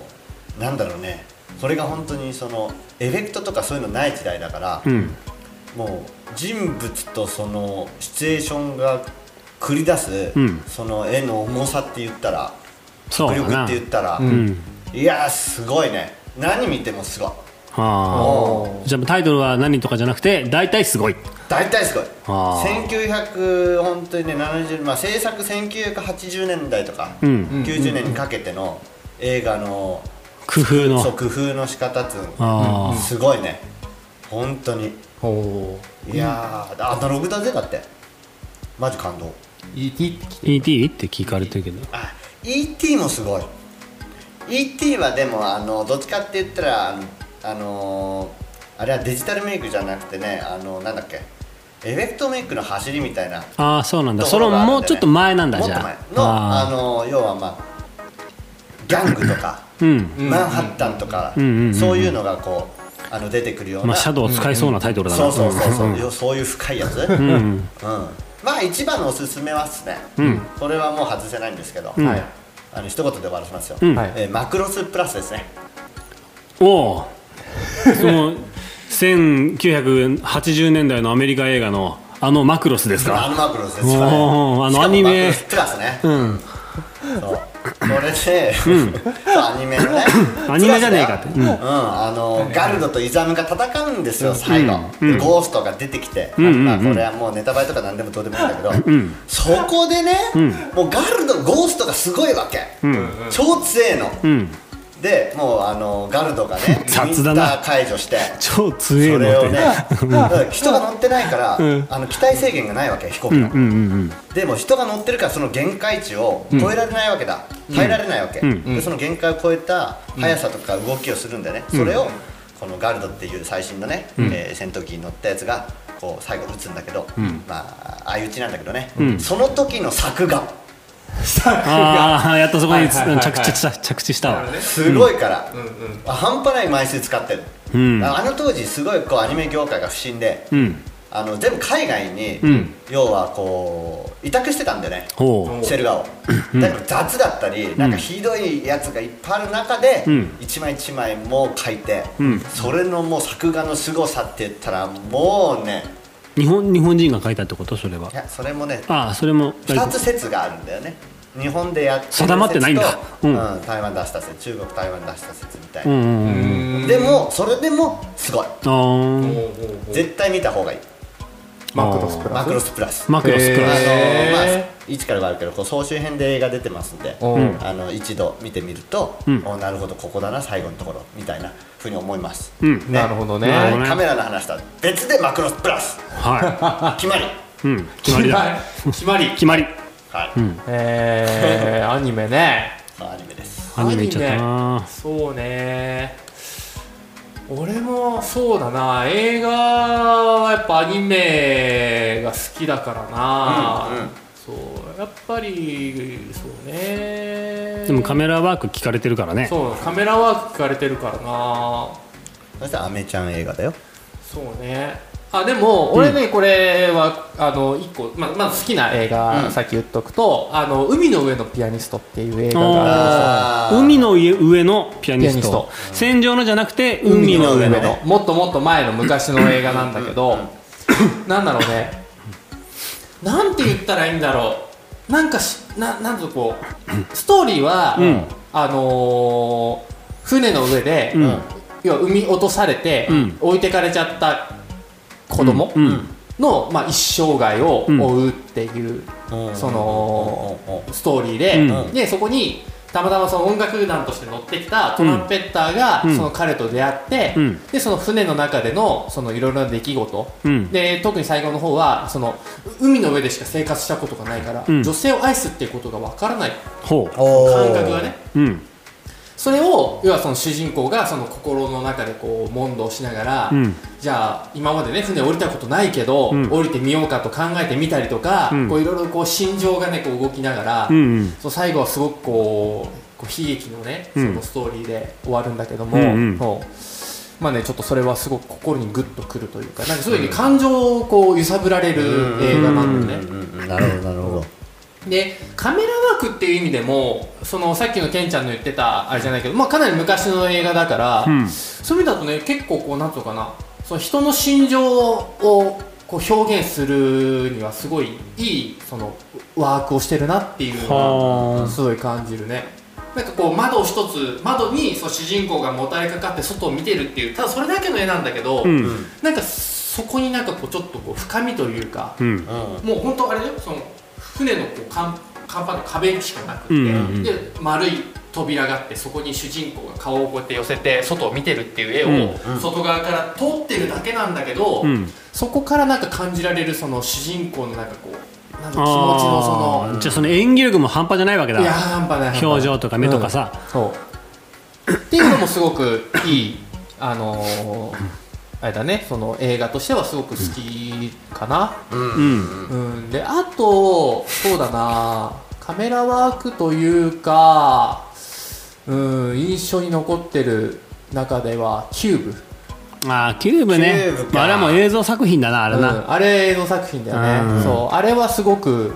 [SPEAKER 3] うなんだろうねそれが本当にそのエフェクトとかそういうのない時代だから、
[SPEAKER 4] うん
[SPEAKER 3] もう人物とそのシチュエーションが繰り出す、
[SPEAKER 4] うん
[SPEAKER 3] その絵の重さって言ったら
[SPEAKER 4] そう
[SPEAKER 3] 迫
[SPEAKER 4] だ
[SPEAKER 3] 力
[SPEAKER 4] な
[SPEAKER 3] って言ったら、
[SPEAKER 4] うん
[SPEAKER 3] いやーすごいね何見てもすごい
[SPEAKER 4] あーじゃあタイトルは何とかじゃなくて大体すごい
[SPEAKER 3] 大体すごい
[SPEAKER 4] あー
[SPEAKER 3] 1900本当にね70、まあ、制作1980年代とか、
[SPEAKER 4] うん
[SPEAKER 3] 90年にかけての映画の
[SPEAKER 4] 工夫の
[SPEAKER 3] そう工夫の仕方っていうの
[SPEAKER 4] あー
[SPEAKER 3] すごいね本当に
[SPEAKER 2] おお
[SPEAKER 3] いやーアナログだぜだってマジ感動
[SPEAKER 2] ET
[SPEAKER 4] ET って聞かれてるけど
[SPEAKER 3] あ ET もすごい ET はでもあのどっちかって言ったらあのあのーあれはデジタルメイクじゃなくてねあのなんだっけエフェクトメイクの走りみたいな
[SPEAKER 4] ああそうなんだ
[SPEAKER 3] と
[SPEAKER 4] そ
[SPEAKER 3] こ
[SPEAKER 4] れ
[SPEAKER 3] ろがあるんだよね
[SPEAKER 4] もうちょっと前なんだ
[SPEAKER 3] もっ
[SPEAKER 4] じ
[SPEAKER 3] と
[SPEAKER 4] ゃ
[SPEAKER 3] 前のあ
[SPEAKER 4] ああ
[SPEAKER 3] の要はまあギャングとか
[SPEAKER 4] ーうん
[SPEAKER 3] マンハッタンとか、
[SPEAKER 4] んうんうん
[SPEAKER 3] そういうのがこうあの出てくるような、
[SPEAKER 4] まあシャドウを使いそうなタイトルだ
[SPEAKER 3] そ
[SPEAKER 4] な
[SPEAKER 3] うそうそうそう、
[SPEAKER 4] ん
[SPEAKER 3] よそういう深いやつ、うん
[SPEAKER 4] うん
[SPEAKER 3] まあ一番のおすすめはですね、これはもう外せないんですけど、
[SPEAKER 4] ん
[SPEAKER 2] はい
[SPEAKER 3] あの一言で終わらせますよ、
[SPEAKER 4] うん
[SPEAKER 2] はい
[SPEAKER 3] えーマクロスプラスですね
[SPEAKER 4] おおその1980年代のアメリカ映画のあのマクロスです
[SPEAKER 3] あ
[SPEAKER 4] か
[SPEAKER 3] のマクロスです
[SPEAKER 4] おーあの
[SPEAKER 3] しかも
[SPEAKER 4] アニメ
[SPEAKER 3] マクロスプラスね、
[SPEAKER 4] うん
[SPEAKER 3] そうこれで、そうアニメのね
[SPEAKER 4] アニメじゃねえかって
[SPEAKER 3] プラスだようんあのガルドとイザムが戦うんですよ最後、でゴーストが出てきて、
[SPEAKER 4] んうんうん
[SPEAKER 3] まあ、これはもうネタバレとか何でもどうでもいいんだけど、
[SPEAKER 4] ん
[SPEAKER 3] そこでね、もうガルドゴーストがすごいわけ、超強えの、
[SPEAKER 4] うん
[SPEAKER 3] でもうあのガルドがね
[SPEAKER 4] 雑だ
[SPEAKER 3] ウ
[SPEAKER 4] な
[SPEAKER 3] ィンター解除して
[SPEAKER 4] 超強
[SPEAKER 3] そ
[SPEAKER 4] え
[SPEAKER 3] れ
[SPEAKER 4] の
[SPEAKER 3] を
[SPEAKER 4] って
[SPEAKER 3] ねだから人が乗ってないから、
[SPEAKER 4] ん
[SPEAKER 3] あの機体制限がないわけ飛行機の、
[SPEAKER 4] うんうんうん
[SPEAKER 3] でも人が乗ってるからその限界値を超えられないわけだ、耐えられないわけ、
[SPEAKER 4] ん
[SPEAKER 3] でその限界を超えた速さとか動きをするんだよね、それをこのガルドっていう最新のね、えー戦闘機に乗ったやつがこう最後撃つんだけど、まあ相打ちなんだけどね、その時の作画
[SPEAKER 4] ああやっとそこにつ
[SPEAKER 2] はいはいはいはい
[SPEAKER 4] 着地した着地したわ
[SPEAKER 3] すごいから、あ半端ない枚数使ってる、
[SPEAKER 4] うん
[SPEAKER 3] あの当時すごいこうアニメ業界が不振で、
[SPEAKER 4] うん
[SPEAKER 3] あの全部海外に、
[SPEAKER 4] ん
[SPEAKER 3] 要はこう委託してたんだよね、
[SPEAKER 4] ほ
[SPEAKER 3] シェルガをだけど雑だったり、なんかひどいやつがいっぱいある中で、
[SPEAKER 4] ん
[SPEAKER 3] 一枚一枚もう書いて、
[SPEAKER 4] ん
[SPEAKER 3] それのもう作画の凄さって言ったらもうね
[SPEAKER 4] う日本日本人が書いたってことそれはい
[SPEAKER 3] やそれもね
[SPEAKER 4] ああそれも
[SPEAKER 3] 2つ説があるんだよね日本でやってる説と
[SPEAKER 4] 定まってないんだ
[SPEAKER 3] う
[SPEAKER 4] うんん
[SPEAKER 3] 台湾出した説中国台湾出した説みたいうな、
[SPEAKER 4] んうんうん
[SPEAKER 3] でもそれでもすごい
[SPEAKER 4] あー
[SPEAKER 3] 絶対見た方がいい
[SPEAKER 2] マクロスプ
[SPEAKER 3] マ
[SPEAKER 2] ラ
[SPEAKER 3] クロ
[SPEAKER 2] ス
[SPEAKER 3] スプラス
[SPEAKER 4] マクロスク
[SPEAKER 3] あの
[SPEAKER 4] ラ
[SPEAKER 2] へ
[SPEAKER 4] ス
[SPEAKER 3] まあ
[SPEAKER 2] え
[SPEAKER 3] 1からはあるけどこう総集編で映画出てますんで、
[SPEAKER 2] うん
[SPEAKER 3] あの一度見てみると、おなるほどここだな最後のところみたいなふうに思います、
[SPEAKER 4] うん
[SPEAKER 3] ね
[SPEAKER 2] なるほどね
[SPEAKER 4] なるほどね
[SPEAKER 3] カメラの話とは別でマクロスプラス
[SPEAKER 4] は
[SPEAKER 3] 決まり
[SPEAKER 4] いうん決まりだ
[SPEAKER 2] 決まり
[SPEAKER 4] 決まり
[SPEAKER 3] はい、
[SPEAKER 2] えー、アニメね
[SPEAKER 3] アニメです
[SPEAKER 4] アニメいっちゃった
[SPEAKER 2] アニ
[SPEAKER 4] な
[SPEAKER 2] メそうね俺もそうだな映画はやっぱアニメが好きだからな、
[SPEAKER 3] うんうん
[SPEAKER 2] そうやっぱりそうね
[SPEAKER 4] でもカメラワーク聞かれてるからね
[SPEAKER 2] そうカメラワーク聞かれてるからな
[SPEAKER 3] そしてアメちゃん映画だよ
[SPEAKER 2] そうねあでも俺ね、これはあの一個ままず好きな映画、
[SPEAKER 3] うん
[SPEAKER 2] さっき言っとくと「あの海の上のピアニスト」っていう映画があるんですよ
[SPEAKER 3] あー
[SPEAKER 4] 海の上のピアニスト
[SPEAKER 2] ピアニスト
[SPEAKER 4] 戦場のじゃなくて
[SPEAKER 2] 海
[SPEAKER 4] 海
[SPEAKER 2] の
[SPEAKER 4] の
[SPEAKER 2] 上の
[SPEAKER 4] 上の
[SPEAKER 2] もっともっと前の昔の映画なんだけどなんだろうねなんて言ったらいいんだろうなんかしななんとこうストーリーは、
[SPEAKER 4] うん
[SPEAKER 2] あのー船の上で、
[SPEAKER 4] うん
[SPEAKER 2] 要は海落とされて、
[SPEAKER 4] うん
[SPEAKER 2] 置いてかれちゃった子供
[SPEAKER 4] うんうん
[SPEAKER 2] の、まあ、一生涯を
[SPEAKER 4] うん
[SPEAKER 2] 追うっていう、
[SPEAKER 3] うん
[SPEAKER 2] その
[SPEAKER 3] うんうんうん
[SPEAKER 2] ストーリーで、
[SPEAKER 4] うん
[SPEAKER 2] でそこにたまたまその音楽団として乗ってきたトランペッターが、
[SPEAKER 4] うん
[SPEAKER 2] その彼と出会って、
[SPEAKER 4] うん
[SPEAKER 2] でその船の中でのそのいろいろな出来事、
[SPEAKER 4] うん
[SPEAKER 2] で特に最後の方はその海の上でしか生活したことがないから、
[SPEAKER 4] うん
[SPEAKER 2] 女性を愛すっていうことがわからない
[SPEAKER 4] ほ
[SPEAKER 3] おー
[SPEAKER 2] 感覚がね
[SPEAKER 4] ううん
[SPEAKER 2] それを要はその主人公がその心の中でこう問答しながら、
[SPEAKER 4] うん
[SPEAKER 2] じゃあ今までね船降りたことないけど、
[SPEAKER 4] うん
[SPEAKER 2] 降りてみようかと考えてみたりとか、
[SPEAKER 4] うん
[SPEAKER 2] こういろいろこう心情がねこう動きながら、
[SPEAKER 4] うんうん
[SPEAKER 2] そう最後はすごくこうこう悲劇のねそ
[SPEAKER 4] うん
[SPEAKER 2] のストーリーで終わるんだけども、
[SPEAKER 4] うんうん
[SPEAKER 2] そうまあねちょっとそれはすごく心にグッとくるというかなんかすごいね感情をこう揺さぶられる映画なんだよね。
[SPEAKER 3] うんうんうんうんなるほどなるほど
[SPEAKER 2] でカメラワークっていう意味でもそのさっきのケンちゃんの言ってたあれじゃないけど、まあ、かなり昔の映画だから、
[SPEAKER 4] ん
[SPEAKER 2] そういう意味だとね結構こうなんとかなその人の心情をこう表現するにはすごいいいそのワークをしてるなっていうの
[SPEAKER 4] はあ
[SPEAKER 2] がすごい感じるね。なんかこう窓を一つ窓にそう主人公がもたれかかって外を見てるっていうただそれだけの絵なんだけど、
[SPEAKER 4] うん
[SPEAKER 2] なんかそこになんかこうちょっとこう深みというか、
[SPEAKER 4] うん
[SPEAKER 3] うん
[SPEAKER 2] もう本当あれだよその船のこう甲甲板の壁しかなくて、
[SPEAKER 4] うんうんうん
[SPEAKER 2] で丸い扉があってそこに主人公が顔をこうやって寄せて外を見てるっていう絵を、
[SPEAKER 3] うんうん
[SPEAKER 2] 外側から通ってるだけなんだけど、
[SPEAKER 4] うん
[SPEAKER 2] そこからなんか感じられるその主人公のなんかこうなんか気持ちの
[SPEAKER 4] あー
[SPEAKER 2] そ
[SPEAKER 4] じゃあその演技力も半端じゃないわけ
[SPEAKER 2] のいやー
[SPEAKER 4] だ
[SPEAKER 2] 半端ない半端ない
[SPEAKER 4] 表情とか目とかさ、
[SPEAKER 2] そうっていうのもすごくいいあのーあれだねその映画としてはすごく好きかな、
[SPEAKER 4] うん
[SPEAKER 2] うん、であと、そうだな、カメラワークというか、うん、印象に残ってる中では、キューブ、
[SPEAKER 4] あーキューブね
[SPEAKER 3] キューブか
[SPEAKER 4] まあ、あれはもう映像作品だなあれ
[SPEAKER 2] う
[SPEAKER 4] な、
[SPEAKER 2] ん、あれ映像作品だよね、
[SPEAKER 4] うん
[SPEAKER 2] そうあれはすごく、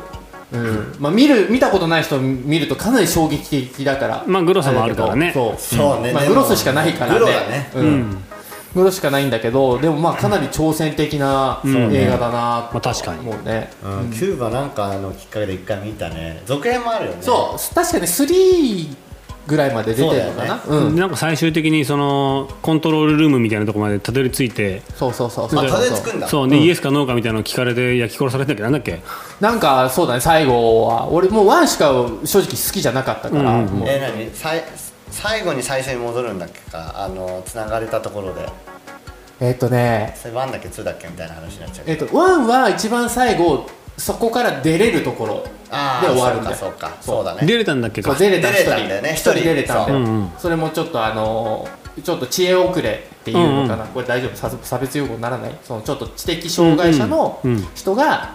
[SPEAKER 2] うんまあ、見る見たことない人見るとかなり衝撃的だから、
[SPEAKER 4] まあグロさもあるから
[SPEAKER 2] れ
[SPEAKER 4] ね
[SPEAKER 2] だけどそう
[SPEAKER 3] そうね
[SPEAKER 2] まあ、
[SPEAKER 3] で
[SPEAKER 2] グ
[SPEAKER 3] も
[SPEAKER 2] ロスしかないからね
[SPEAKER 3] グロだね
[SPEAKER 2] うんグロしかないんだけどでもまあかなり挑戦的な映画だな
[SPEAKER 4] まあ確かに
[SPEAKER 2] もうね、
[SPEAKER 3] うんキューバなんかのきっかけで一回見たね続編もあるよね
[SPEAKER 2] そう確かに3ぐらいまで出てるのかな,、
[SPEAKER 3] そう
[SPEAKER 2] ん
[SPEAKER 4] なんか最終的にそのコントロールルームみたいなところまでたどり着いて
[SPEAKER 2] そうそうそう
[SPEAKER 3] あ
[SPEAKER 2] そう
[SPEAKER 3] たどり着
[SPEAKER 2] そう
[SPEAKER 3] くんだ
[SPEAKER 4] そうね、イエスかノーかみたいなの聞かれて焼き殺されてたけどなんだっけ
[SPEAKER 2] なんかそうだね最後は俺もう1しか正直好きじゃなかったから、
[SPEAKER 4] うんうんうん
[SPEAKER 2] もう
[SPEAKER 3] えー何さい最後に最初に戻るんだっけかあの繋がれたところで
[SPEAKER 2] えっとね
[SPEAKER 3] それ1だっけ2だっけみたいな話になっちゃう
[SPEAKER 2] えっと1は一番最後そこから出れるところ
[SPEAKER 3] ああ
[SPEAKER 2] で終わるんだよ
[SPEAKER 3] そうかそうかそうだね
[SPEAKER 4] 出れたんだっけ
[SPEAKER 2] そ
[SPEAKER 4] か
[SPEAKER 2] う出れた一人
[SPEAKER 3] 出れたんだよね
[SPEAKER 2] 一人
[SPEAKER 3] 一人
[SPEAKER 2] 出れたんだよ、
[SPEAKER 4] そううんうん
[SPEAKER 2] それもちょっとあのーちょっと知恵遅れっていうのか
[SPEAKER 4] うん
[SPEAKER 2] な、これ大丈夫差差別用語にならないそのちょっと知的障害者の
[SPEAKER 4] うんうんうん
[SPEAKER 2] 人が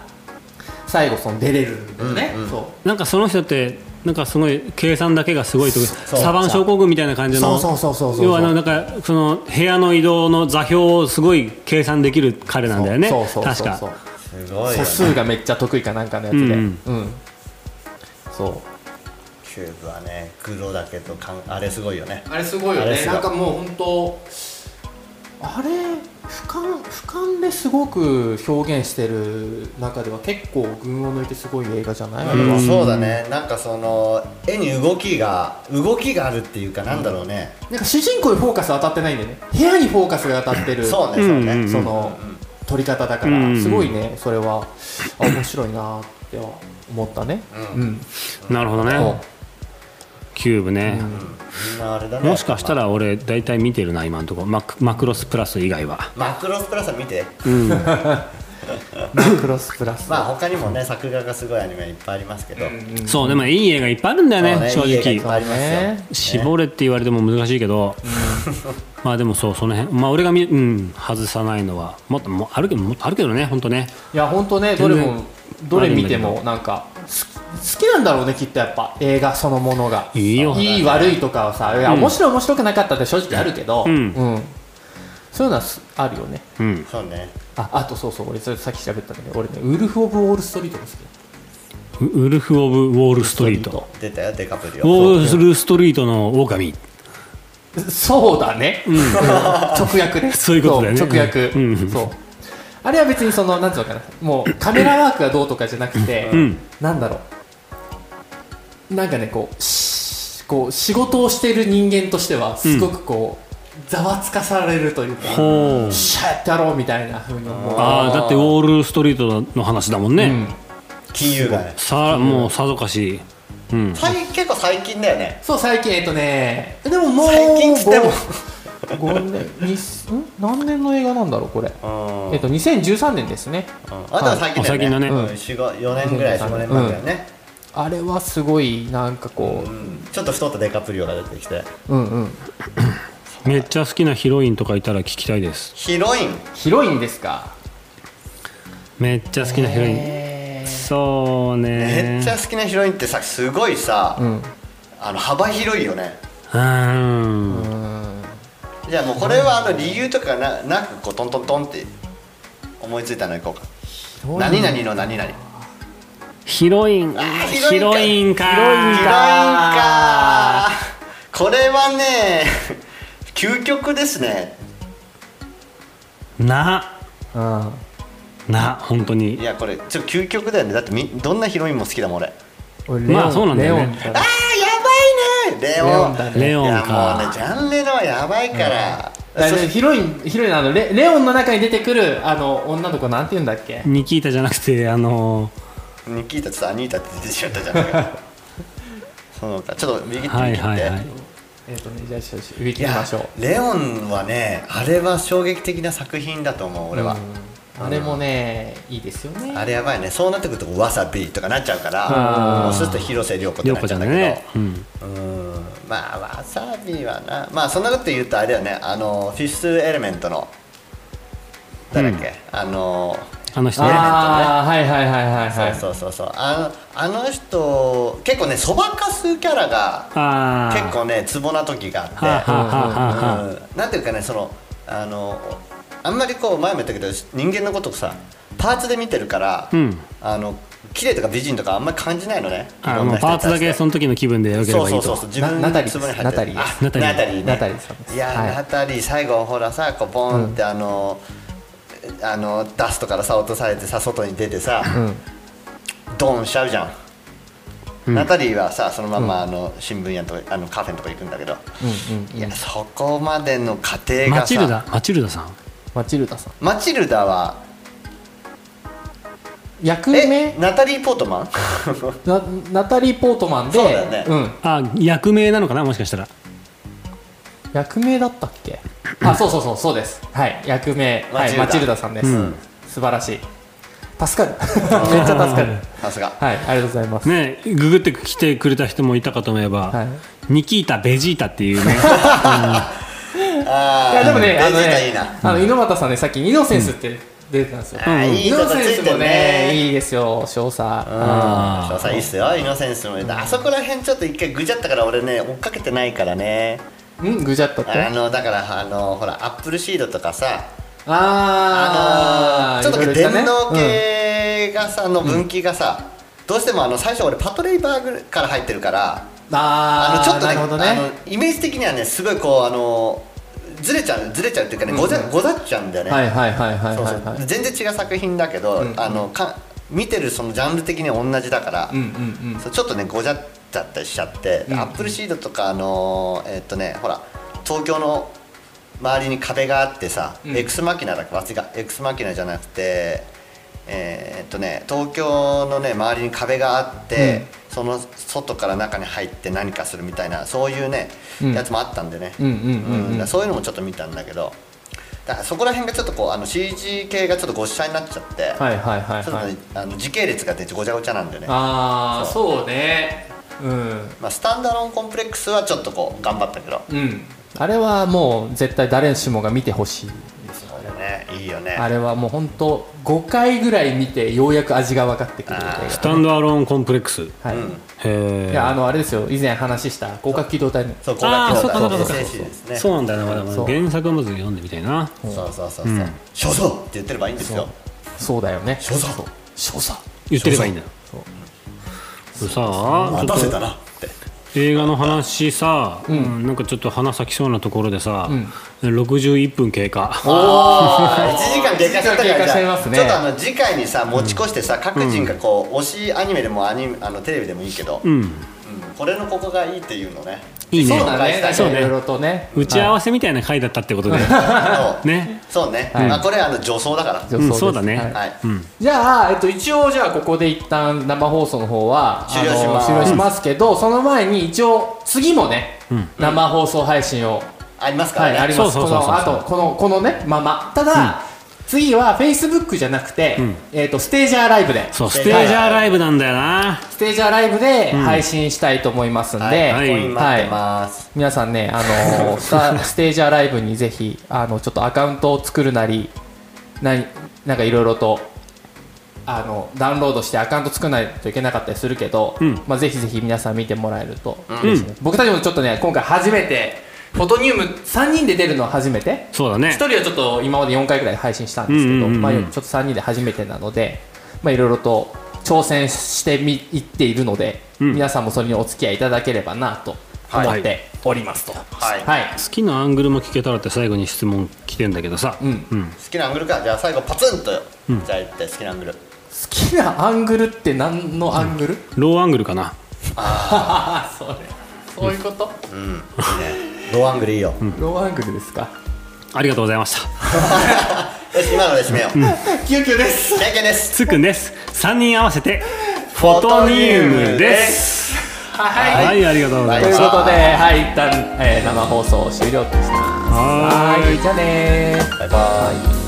[SPEAKER 2] 最後その出れるんだよね、
[SPEAKER 3] うんうん
[SPEAKER 2] そう
[SPEAKER 4] なんかその人ってなんかすごい計算だけがすごいとか
[SPEAKER 3] そう
[SPEAKER 4] サバン症候群みたいな感じの
[SPEAKER 2] そうそうそうそうそう
[SPEAKER 4] 要はあのなんかその部屋の移動の座標をすごい計算できる彼なんだよね
[SPEAKER 2] そうそうそう
[SPEAKER 4] 確
[SPEAKER 2] そう
[SPEAKER 4] か
[SPEAKER 3] すごいよ
[SPEAKER 2] 素
[SPEAKER 3] ね
[SPEAKER 2] 数がめっちゃ得意かなんかのやつでう
[SPEAKER 4] うんん、
[SPEAKER 2] そう
[SPEAKER 3] キューブはね黒だけどかんあれすごいよね
[SPEAKER 2] あれすごいよ
[SPEAKER 3] あれ
[SPEAKER 2] ね
[SPEAKER 3] すごい
[SPEAKER 2] なんかもう本当あれ俯瞰俯瞰ですごく表現してる中では結構群を抜いてすごい映画じゃないあれ
[SPEAKER 3] う
[SPEAKER 2] は
[SPEAKER 3] んそうだねなんかその絵に動きが動きがあるっていうかなんだろうね
[SPEAKER 2] なんか主人公にフォーカス当たってないんだよね部屋にフォーカスが当たってる
[SPEAKER 3] そうね
[SPEAKER 4] う
[SPEAKER 3] そうんね
[SPEAKER 2] その撮り方だか
[SPEAKER 4] う
[SPEAKER 2] ら
[SPEAKER 4] ん
[SPEAKER 2] すごいねそれはあ面白いなっては思ったね
[SPEAKER 3] うん
[SPEAKER 2] うん
[SPEAKER 4] なるほど
[SPEAKER 2] そう
[SPEAKER 4] ねキューブね、
[SPEAKER 3] みんなあれだね
[SPEAKER 4] もしかしたら俺大体見てるな今のところマクマクロスプラス以外は
[SPEAKER 3] まあマクロスプラス見て
[SPEAKER 2] マクロスプラス
[SPEAKER 3] まあ他にもね作画がすごいアニメいっぱいありますけど
[SPEAKER 4] そうでもいい映画いっぱいあるんだよね
[SPEAKER 3] そ
[SPEAKER 4] 正
[SPEAKER 3] うねいい映画いっ
[SPEAKER 4] 直
[SPEAKER 3] ぱいありますよ
[SPEAKER 2] ね
[SPEAKER 4] 絞れって言われても難しいけど、まあでもそうその辺まあ俺がみ、うん、外さないのはもっともうあるけどもっとあるけどね本当ね
[SPEAKER 2] いや本当ねどれもどれ見て
[SPEAKER 4] あるんだ
[SPEAKER 2] もなんかす好きなんだろうねきっとやっぱ映画そのものが
[SPEAKER 4] いいよ
[SPEAKER 2] いい悪いとかはさいや
[SPEAKER 4] うん
[SPEAKER 2] 面白い面白くなかったって正直あるけど、
[SPEAKER 4] うん
[SPEAKER 2] そういうのはすあるよね
[SPEAKER 4] うん
[SPEAKER 3] そうね
[SPEAKER 2] ああとそうそう俺それさっき喋ったんだけど俺ねウルフ・オブ・ウォール・ストリートが好き
[SPEAKER 4] ウウルフ・オブ・ウォール・ストリート
[SPEAKER 3] 出たよデカプリ
[SPEAKER 4] ウ
[SPEAKER 3] オ
[SPEAKER 4] ォール・ストリートの狼
[SPEAKER 2] そうだね、直訳ね
[SPEAKER 4] そういうことだよね
[SPEAKER 2] そう直訳、
[SPEAKER 4] うんうん
[SPEAKER 2] そうあれは別にそのなんていうのかなもうカメラワークがどうとかじゃなくて、
[SPEAKER 4] ん
[SPEAKER 2] なんだろうなんかねこうしこう仕事をしている人間としてはすごくこうざわ、つかされるというか
[SPEAKER 4] ほう
[SPEAKER 2] シャーってやろうみたいなふうに思う
[SPEAKER 4] ああだってウォール・ストリートの話だもんね、
[SPEAKER 2] うん
[SPEAKER 3] 金融街
[SPEAKER 4] さあもうさぞかしうん
[SPEAKER 3] 最結構最近だよね
[SPEAKER 2] そう最近えっとねでももう
[SPEAKER 3] 最近っつっても
[SPEAKER 2] 5年にん何年の映画なんだろうこれ
[SPEAKER 3] うん
[SPEAKER 2] えっと2013年ですね
[SPEAKER 3] あとは最近だよね
[SPEAKER 4] あ最近だね
[SPEAKER 3] うん四五四年ぐらい四五年前だよね
[SPEAKER 2] あれはすごいなんかこ
[SPEAKER 3] うんちょっと太ったデカプリオが出てきて
[SPEAKER 2] う、うんうん、
[SPEAKER 4] めっちゃ好きなヒロインとかいたら聞きたいです
[SPEAKER 3] ヒロイン
[SPEAKER 2] 広いんですか
[SPEAKER 4] めっちゃ好きなヒロイン、そう
[SPEAKER 3] め
[SPEAKER 4] ね
[SPEAKER 3] っちゃ好きなヒロインってさすごいさ
[SPEAKER 2] うん
[SPEAKER 3] あの幅広いよね
[SPEAKER 4] うん
[SPEAKER 3] じゃあもうこれはあの理由とかななくこうトントントンって思いついたのいこうか何々の何々
[SPEAKER 4] ヒロインヒ
[SPEAKER 3] ヒ
[SPEAKER 4] ロ
[SPEAKER 3] ロ
[SPEAKER 4] イ
[SPEAKER 3] イ
[SPEAKER 4] ン
[SPEAKER 3] ン
[SPEAKER 4] か
[SPEAKER 2] ヒロイン
[SPEAKER 3] ヒロインかこれはね究極ですね
[SPEAKER 4] な
[SPEAKER 2] うん
[SPEAKER 4] な本当
[SPEAKER 3] い
[SPEAKER 4] に
[SPEAKER 3] やこれちょっと究極だよねだってみどんなヒロインも好きだもん俺
[SPEAKER 2] 俺
[SPEAKER 4] まあそうなんだよね
[SPEAKER 2] レオンから
[SPEAKER 3] あーやばいねレオン
[SPEAKER 2] レオンだね
[SPEAKER 4] レオン
[SPEAKER 3] いや
[SPEAKER 4] か
[SPEAKER 3] もうねジャンレノはやばいから、
[SPEAKER 2] あ
[SPEAKER 3] そ
[SPEAKER 2] れヒロインヒロインのあのレレオンの中に出てくるあの女の子なんて言うんだっけ
[SPEAKER 4] ニキータじゃなくてあの
[SPEAKER 3] ニキータとアニータって出てきちゃったじゃんそうかちょっと右って右って、
[SPEAKER 4] はいはいはい
[SPEAKER 2] えっ、とねじゃあ少々上
[SPEAKER 3] い
[SPEAKER 2] 切りま
[SPEAKER 3] や
[SPEAKER 2] しょう
[SPEAKER 3] レオンはねあれは衝撃的な作品だと思う俺は、
[SPEAKER 2] うんあれもねいいですよね
[SPEAKER 3] あれやばいねそうなってくるとわさびとかなっちゃうか
[SPEAKER 2] あー
[SPEAKER 3] らもうそうすると広瀬涼子って
[SPEAKER 4] 涼
[SPEAKER 3] なっ
[SPEAKER 4] 子
[SPEAKER 3] ち
[SPEAKER 4] ち
[SPEAKER 3] ゃ
[SPEAKER 4] ゃ
[SPEAKER 3] うんん
[SPEAKER 4] だ
[SPEAKER 3] だけど
[SPEAKER 4] ね、うん、
[SPEAKER 3] うんまあわさびはなまあそんなこと言うとあれだよねあのフィフスエレメントの誰だっけ、あの
[SPEAKER 4] あの人ね
[SPEAKER 2] ああはいはいはいはいはい
[SPEAKER 3] そうそうそうそうあのあの人結構ねそばかすキャラが
[SPEAKER 4] あー
[SPEAKER 3] 結構ねツボな時が
[SPEAKER 4] はあは
[SPEAKER 3] あ
[SPEAKER 4] あはあはあ
[SPEAKER 3] って、うん、なんていうかねそのあのあんまりこう前も言ったけど人間のことをさパーツで見てるから、
[SPEAKER 4] うん
[SPEAKER 3] あの綺麗とか美人とかあんまり感じないのねい
[SPEAKER 4] あ
[SPEAKER 3] ろん
[SPEAKER 4] の
[SPEAKER 3] な人
[SPEAKER 4] パー
[SPEAKER 3] に対して
[SPEAKER 4] ツだけその時の気分でよけれ
[SPEAKER 3] そう
[SPEAKER 4] ばい
[SPEAKER 3] そ
[SPEAKER 4] いう
[SPEAKER 3] そう
[SPEAKER 4] と
[SPEAKER 3] そう自分
[SPEAKER 2] なナタリー
[SPEAKER 3] ツボに入
[SPEAKER 2] ナ
[SPEAKER 3] っ
[SPEAKER 2] タ
[SPEAKER 3] て
[SPEAKER 2] リ
[SPEAKER 3] る
[SPEAKER 2] ー
[SPEAKER 3] あ
[SPEAKER 4] ナタリー
[SPEAKER 3] ナタリーね
[SPEAKER 2] ナタリーさんです
[SPEAKER 3] いや
[SPEAKER 2] は
[SPEAKER 3] ー
[SPEAKER 2] い
[SPEAKER 3] ナタリー最後ほらさこうボンってあのあのダストからさ落とされてさ外に出てさ
[SPEAKER 2] うん
[SPEAKER 3] ドンしちゃうじゃ
[SPEAKER 4] うん
[SPEAKER 3] んナタリーはさそのままあの新聞屋のとこあのカフェのとこ行くんだけど
[SPEAKER 2] うんうん
[SPEAKER 3] い
[SPEAKER 2] いや
[SPEAKER 3] やそこまでの過程
[SPEAKER 4] マ
[SPEAKER 3] が
[SPEAKER 4] チル
[SPEAKER 3] さ
[SPEAKER 4] ダマチルダさん
[SPEAKER 2] マチルダさん
[SPEAKER 3] マチルダは
[SPEAKER 2] 役
[SPEAKER 3] え
[SPEAKER 2] 名
[SPEAKER 3] ナタリー・ポートマン
[SPEAKER 2] なナタリー・ポートマンで
[SPEAKER 3] そうだよね
[SPEAKER 2] うん
[SPEAKER 4] あ役名なのかなもしかしたら
[SPEAKER 2] 役名だったっけあそうそうそうそうですはい役名
[SPEAKER 3] マ
[SPEAKER 2] は
[SPEAKER 3] チルダ
[SPEAKER 2] いマチルダさんです、
[SPEAKER 4] うん
[SPEAKER 2] 素晴らしい助かるめっちゃ助かる
[SPEAKER 3] さすが
[SPEAKER 2] はいありがとうございます、
[SPEAKER 4] ねググってきてくれた人もいたかと思えば、
[SPEAKER 2] はい
[SPEAKER 4] ニキータベジータっていうね
[SPEAKER 3] あ
[SPEAKER 2] いやでもね
[SPEAKER 3] ー
[SPEAKER 2] あの
[SPEAKER 3] ベジータいい
[SPEAKER 2] ね
[SPEAKER 3] な
[SPEAKER 2] あの猪俣さんねさっきイノセンスって出てたんですよ、
[SPEAKER 3] あーい
[SPEAKER 2] イ
[SPEAKER 3] いこ
[SPEAKER 2] ノ
[SPEAKER 3] とつ
[SPEAKER 2] セ
[SPEAKER 3] い
[SPEAKER 2] ン
[SPEAKER 3] て
[SPEAKER 2] スも
[SPEAKER 3] る
[SPEAKER 2] ね
[SPEAKER 3] ね
[SPEAKER 2] いいですよ少佐
[SPEAKER 4] あー
[SPEAKER 3] そうさいいっすよイノセンスもねあそこら辺ちょっと一回ぐじゃったから俺ね追っかけてないからね
[SPEAKER 2] うんぐじゃっとって
[SPEAKER 3] あのだからあのほらアップルシードとかさあ
[SPEAKER 2] あー
[SPEAKER 3] のちょっと
[SPEAKER 2] いろいろ言たね
[SPEAKER 3] 電脳
[SPEAKER 2] うん
[SPEAKER 3] 系がさ、の分岐がさ、どうしてもあの最初俺パトレイバーグから入ってるからあ
[SPEAKER 2] あ
[SPEAKER 3] の
[SPEAKER 2] ー
[SPEAKER 3] ちょっと
[SPEAKER 2] な
[SPEAKER 3] ね
[SPEAKER 2] るほど
[SPEAKER 3] あ
[SPEAKER 2] ね
[SPEAKER 3] のイメージ的にはねすごいこうあのずれちゃうずれちゃうっていうかねござ,、ござっちゃうんだよね、
[SPEAKER 2] はいはいはいはい
[SPEAKER 3] そう
[SPEAKER 2] は
[SPEAKER 3] そ
[SPEAKER 2] いうはい
[SPEAKER 3] 全然違う作品だけど、あのか見てるそのジャンル的には同じだから、
[SPEAKER 2] うんうん
[SPEAKER 3] そうちょっとねごじゃっちゃったりしちゃって、
[SPEAKER 2] うん
[SPEAKER 3] アップルシードとかあのーえっとねほら東京の周りに壁があってさ、
[SPEAKER 2] うん
[SPEAKER 3] エクスマキナだわがエクスマキナじゃなくてえーっとね東京のね周りに壁があって、その外から中に入って何かするみたいなそういうね、
[SPEAKER 2] うん
[SPEAKER 3] やつもあったんでね、
[SPEAKER 2] うんうんうんうん
[SPEAKER 3] だからそういうのもちょっと見たんだけどだからそこら辺がちょっとこうあの CG 系がちょっとごっしゃになっちゃって、
[SPEAKER 2] うんはいはいはい
[SPEAKER 3] ちょっ
[SPEAKER 2] は
[SPEAKER 3] と
[SPEAKER 2] い
[SPEAKER 3] ねあの時系列が出てごちゃごちゃなんでね
[SPEAKER 2] ああそうねうん
[SPEAKER 3] まあ、スタンダローンコンプレックスはちょっとこう頑張ったけど、
[SPEAKER 2] うんあれはもう絶対誰しもが見てほしいですよね
[SPEAKER 3] ね、いいよね
[SPEAKER 2] あれはもう本当5回ぐらい見てようやく味が分かってくる
[SPEAKER 3] あー
[SPEAKER 4] スタンドアローンコンプレックスへ
[SPEAKER 2] はい、
[SPEAKER 3] うん
[SPEAKER 4] え
[SPEAKER 2] いやあのあれですよ以前話した広角機動隊の
[SPEAKER 3] そうこ
[SPEAKER 4] あーそうかそううかそうか
[SPEAKER 3] 精神ですね
[SPEAKER 4] そ
[SPEAKER 3] そ
[SPEAKER 4] う
[SPEAKER 3] う
[SPEAKER 4] なんだよねまだま
[SPEAKER 2] そ
[SPEAKER 4] だ
[SPEAKER 2] う
[SPEAKER 4] 原作をまず読んでみたいな
[SPEAKER 3] そうそうそう
[SPEAKER 4] うん
[SPEAKER 3] 所蔵って言ってればいいんですよ
[SPEAKER 2] そうだよね
[SPEAKER 3] 所蔵
[SPEAKER 2] 少佐
[SPEAKER 4] 言ってればいいんだよ
[SPEAKER 2] そう
[SPEAKER 4] これさあ
[SPEAKER 3] 待
[SPEAKER 4] ちょ
[SPEAKER 3] た
[SPEAKER 4] っ
[SPEAKER 3] せ
[SPEAKER 4] と
[SPEAKER 3] たなって
[SPEAKER 4] 映画の話さ、うんなんかちょっと花咲きそうなところでさ、61分経過
[SPEAKER 3] あー1時間経過しちゃったか
[SPEAKER 2] 一
[SPEAKER 3] ら
[SPEAKER 2] 時間経過しちゃい
[SPEAKER 3] じゃ
[SPEAKER 2] ま
[SPEAKER 3] あ
[SPEAKER 2] すね
[SPEAKER 3] ちょっとあの次回にさ持ち越してさ、各人がこう推しアニメでもアニメあのテレビでもいいけど、
[SPEAKER 4] うん
[SPEAKER 3] うんこれのここがいいっていうのね
[SPEAKER 4] いいね
[SPEAKER 2] そうだね
[SPEAKER 3] そう
[SPEAKER 4] ね
[SPEAKER 2] いろいろとね
[SPEAKER 4] 打ち合わせみたいな回だったってことで、
[SPEAKER 3] そう
[SPEAKER 4] ね
[SPEAKER 3] そうね、まあ、これあの女装だか
[SPEAKER 2] 女
[SPEAKER 3] ら
[SPEAKER 4] う
[SPEAKER 2] 装
[SPEAKER 4] ん
[SPEAKER 2] です
[SPEAKER 4] そうだね、
[SPEAKER 2] はい
[SPEAKER 3] はい
[SPEAKER 4] うん
[SPEAKER 2] じゃあ、えっと、一応じゃあここで一旦生放送の方は
[SPEAKER 3] 終了
[SPEAKER 2] あの
[SPEAKER 3] します
[SPEAKER 2] 終了しますけど、その前に一応次もね、
[SPEAKER 4] うん
[SPEAKER 2] 生放送配信を
[SPEAKER 3] ありますか
[SPEAKER 2] は
[SPEAKER 3] ら
[SPEAKER 2] い、
[SPEAKER 3] ね、
[SPEAKER 2] あります。
[SPEAKER 4] そう
[SPEAKER 2] こ
[SPEAKER 4] そうそうそう
[SPEAKER 2] の、あと、この、このね、まま。ただ、次は Facebook じゃなくて、
[SPEAKER 4] ん
[SPEAKER 2] えっ、と、ステージャーライブで、
[SPEAKER 4] そうステージャーライブなんだよな
[SPEAKER 2] ステージャーライブで配信したいと思いますんで、
[SPEAKER 3] はい、
[SPEAKER 4] はい
[SPEAKER 3] コイン待ってます、
[SPEAKER 2] 皆さんね、あ のースタステージャーライブにぜひ、あの、ちょっとアカウントを作るなり、なになんかいろいろと、あの、ダウンロードしてアカウント作らないといけなかったりするけど、
[SPEAKER 4] うん
[SPEAKER 2] まあ、ぜひぜひ皆さん見てもらえると嬉しいね、僕たちもちょっとね、今回初めて、フォトニウム3人で出るの初めて
[SPEAKER 4] そうだね
[SPEAKER 2] 一人はちょっと今まで4回ぐらい配信したんですけど、
[SPEAKER 4] うんうんうんうん
[SPEAKER 2] まあ、ちょっと3人で初めてなので、まあ、いろいろと挑戦してみいっているので、
[SPEAKER 4] うん
[SPEAKER 2] 皆さんもそれにお付き合いいただければなと思っておりますと。
[SPEAKER 3] はい
[SPEAKER 2] はい、
[SPEAKER 4] 好きなアングルも聞けたらって最後に質問来てんだけどさ、
[SPEAKER 2] うん
[SPEAKER 4] うん、
[SPEAKER 3] 好きなアングルかじゃあ最後パツンとじゃあ言って好きなアングル
[SPEAKER 2] 好きなアングルって何のアングル、
[SPEAKER 4] ローアングルかな
[SPEAKER 2] ああそれそういうこと、
[SPEAKER 3] ローアングルいいよ
[SPEAKER 2] ローアングルですか
[SPEAKER 4] ありがとうございました
[SPEAKER 3] よし今ので締めよう
[SPEAKER 2] 急遽です
[SPEAKER 3] ケンケンです
[SPEAKER 4] つくんです3人合わせてフォトニウムです
[SPEAKER 2] はい
[SPEAKER 4] はい、ありがとうござい
[SPEAKER 2] と
[SPEAKER 4] ま
[SPEAKER 2] い
[SPEAKER 4] す
[SPEAKER 2] うことではい一旦、えー生放送終了とします
[SPEAKER 4] はーい
[SPEAKER 2] はいじゃあねー
[SPEAKER 3] バイバイ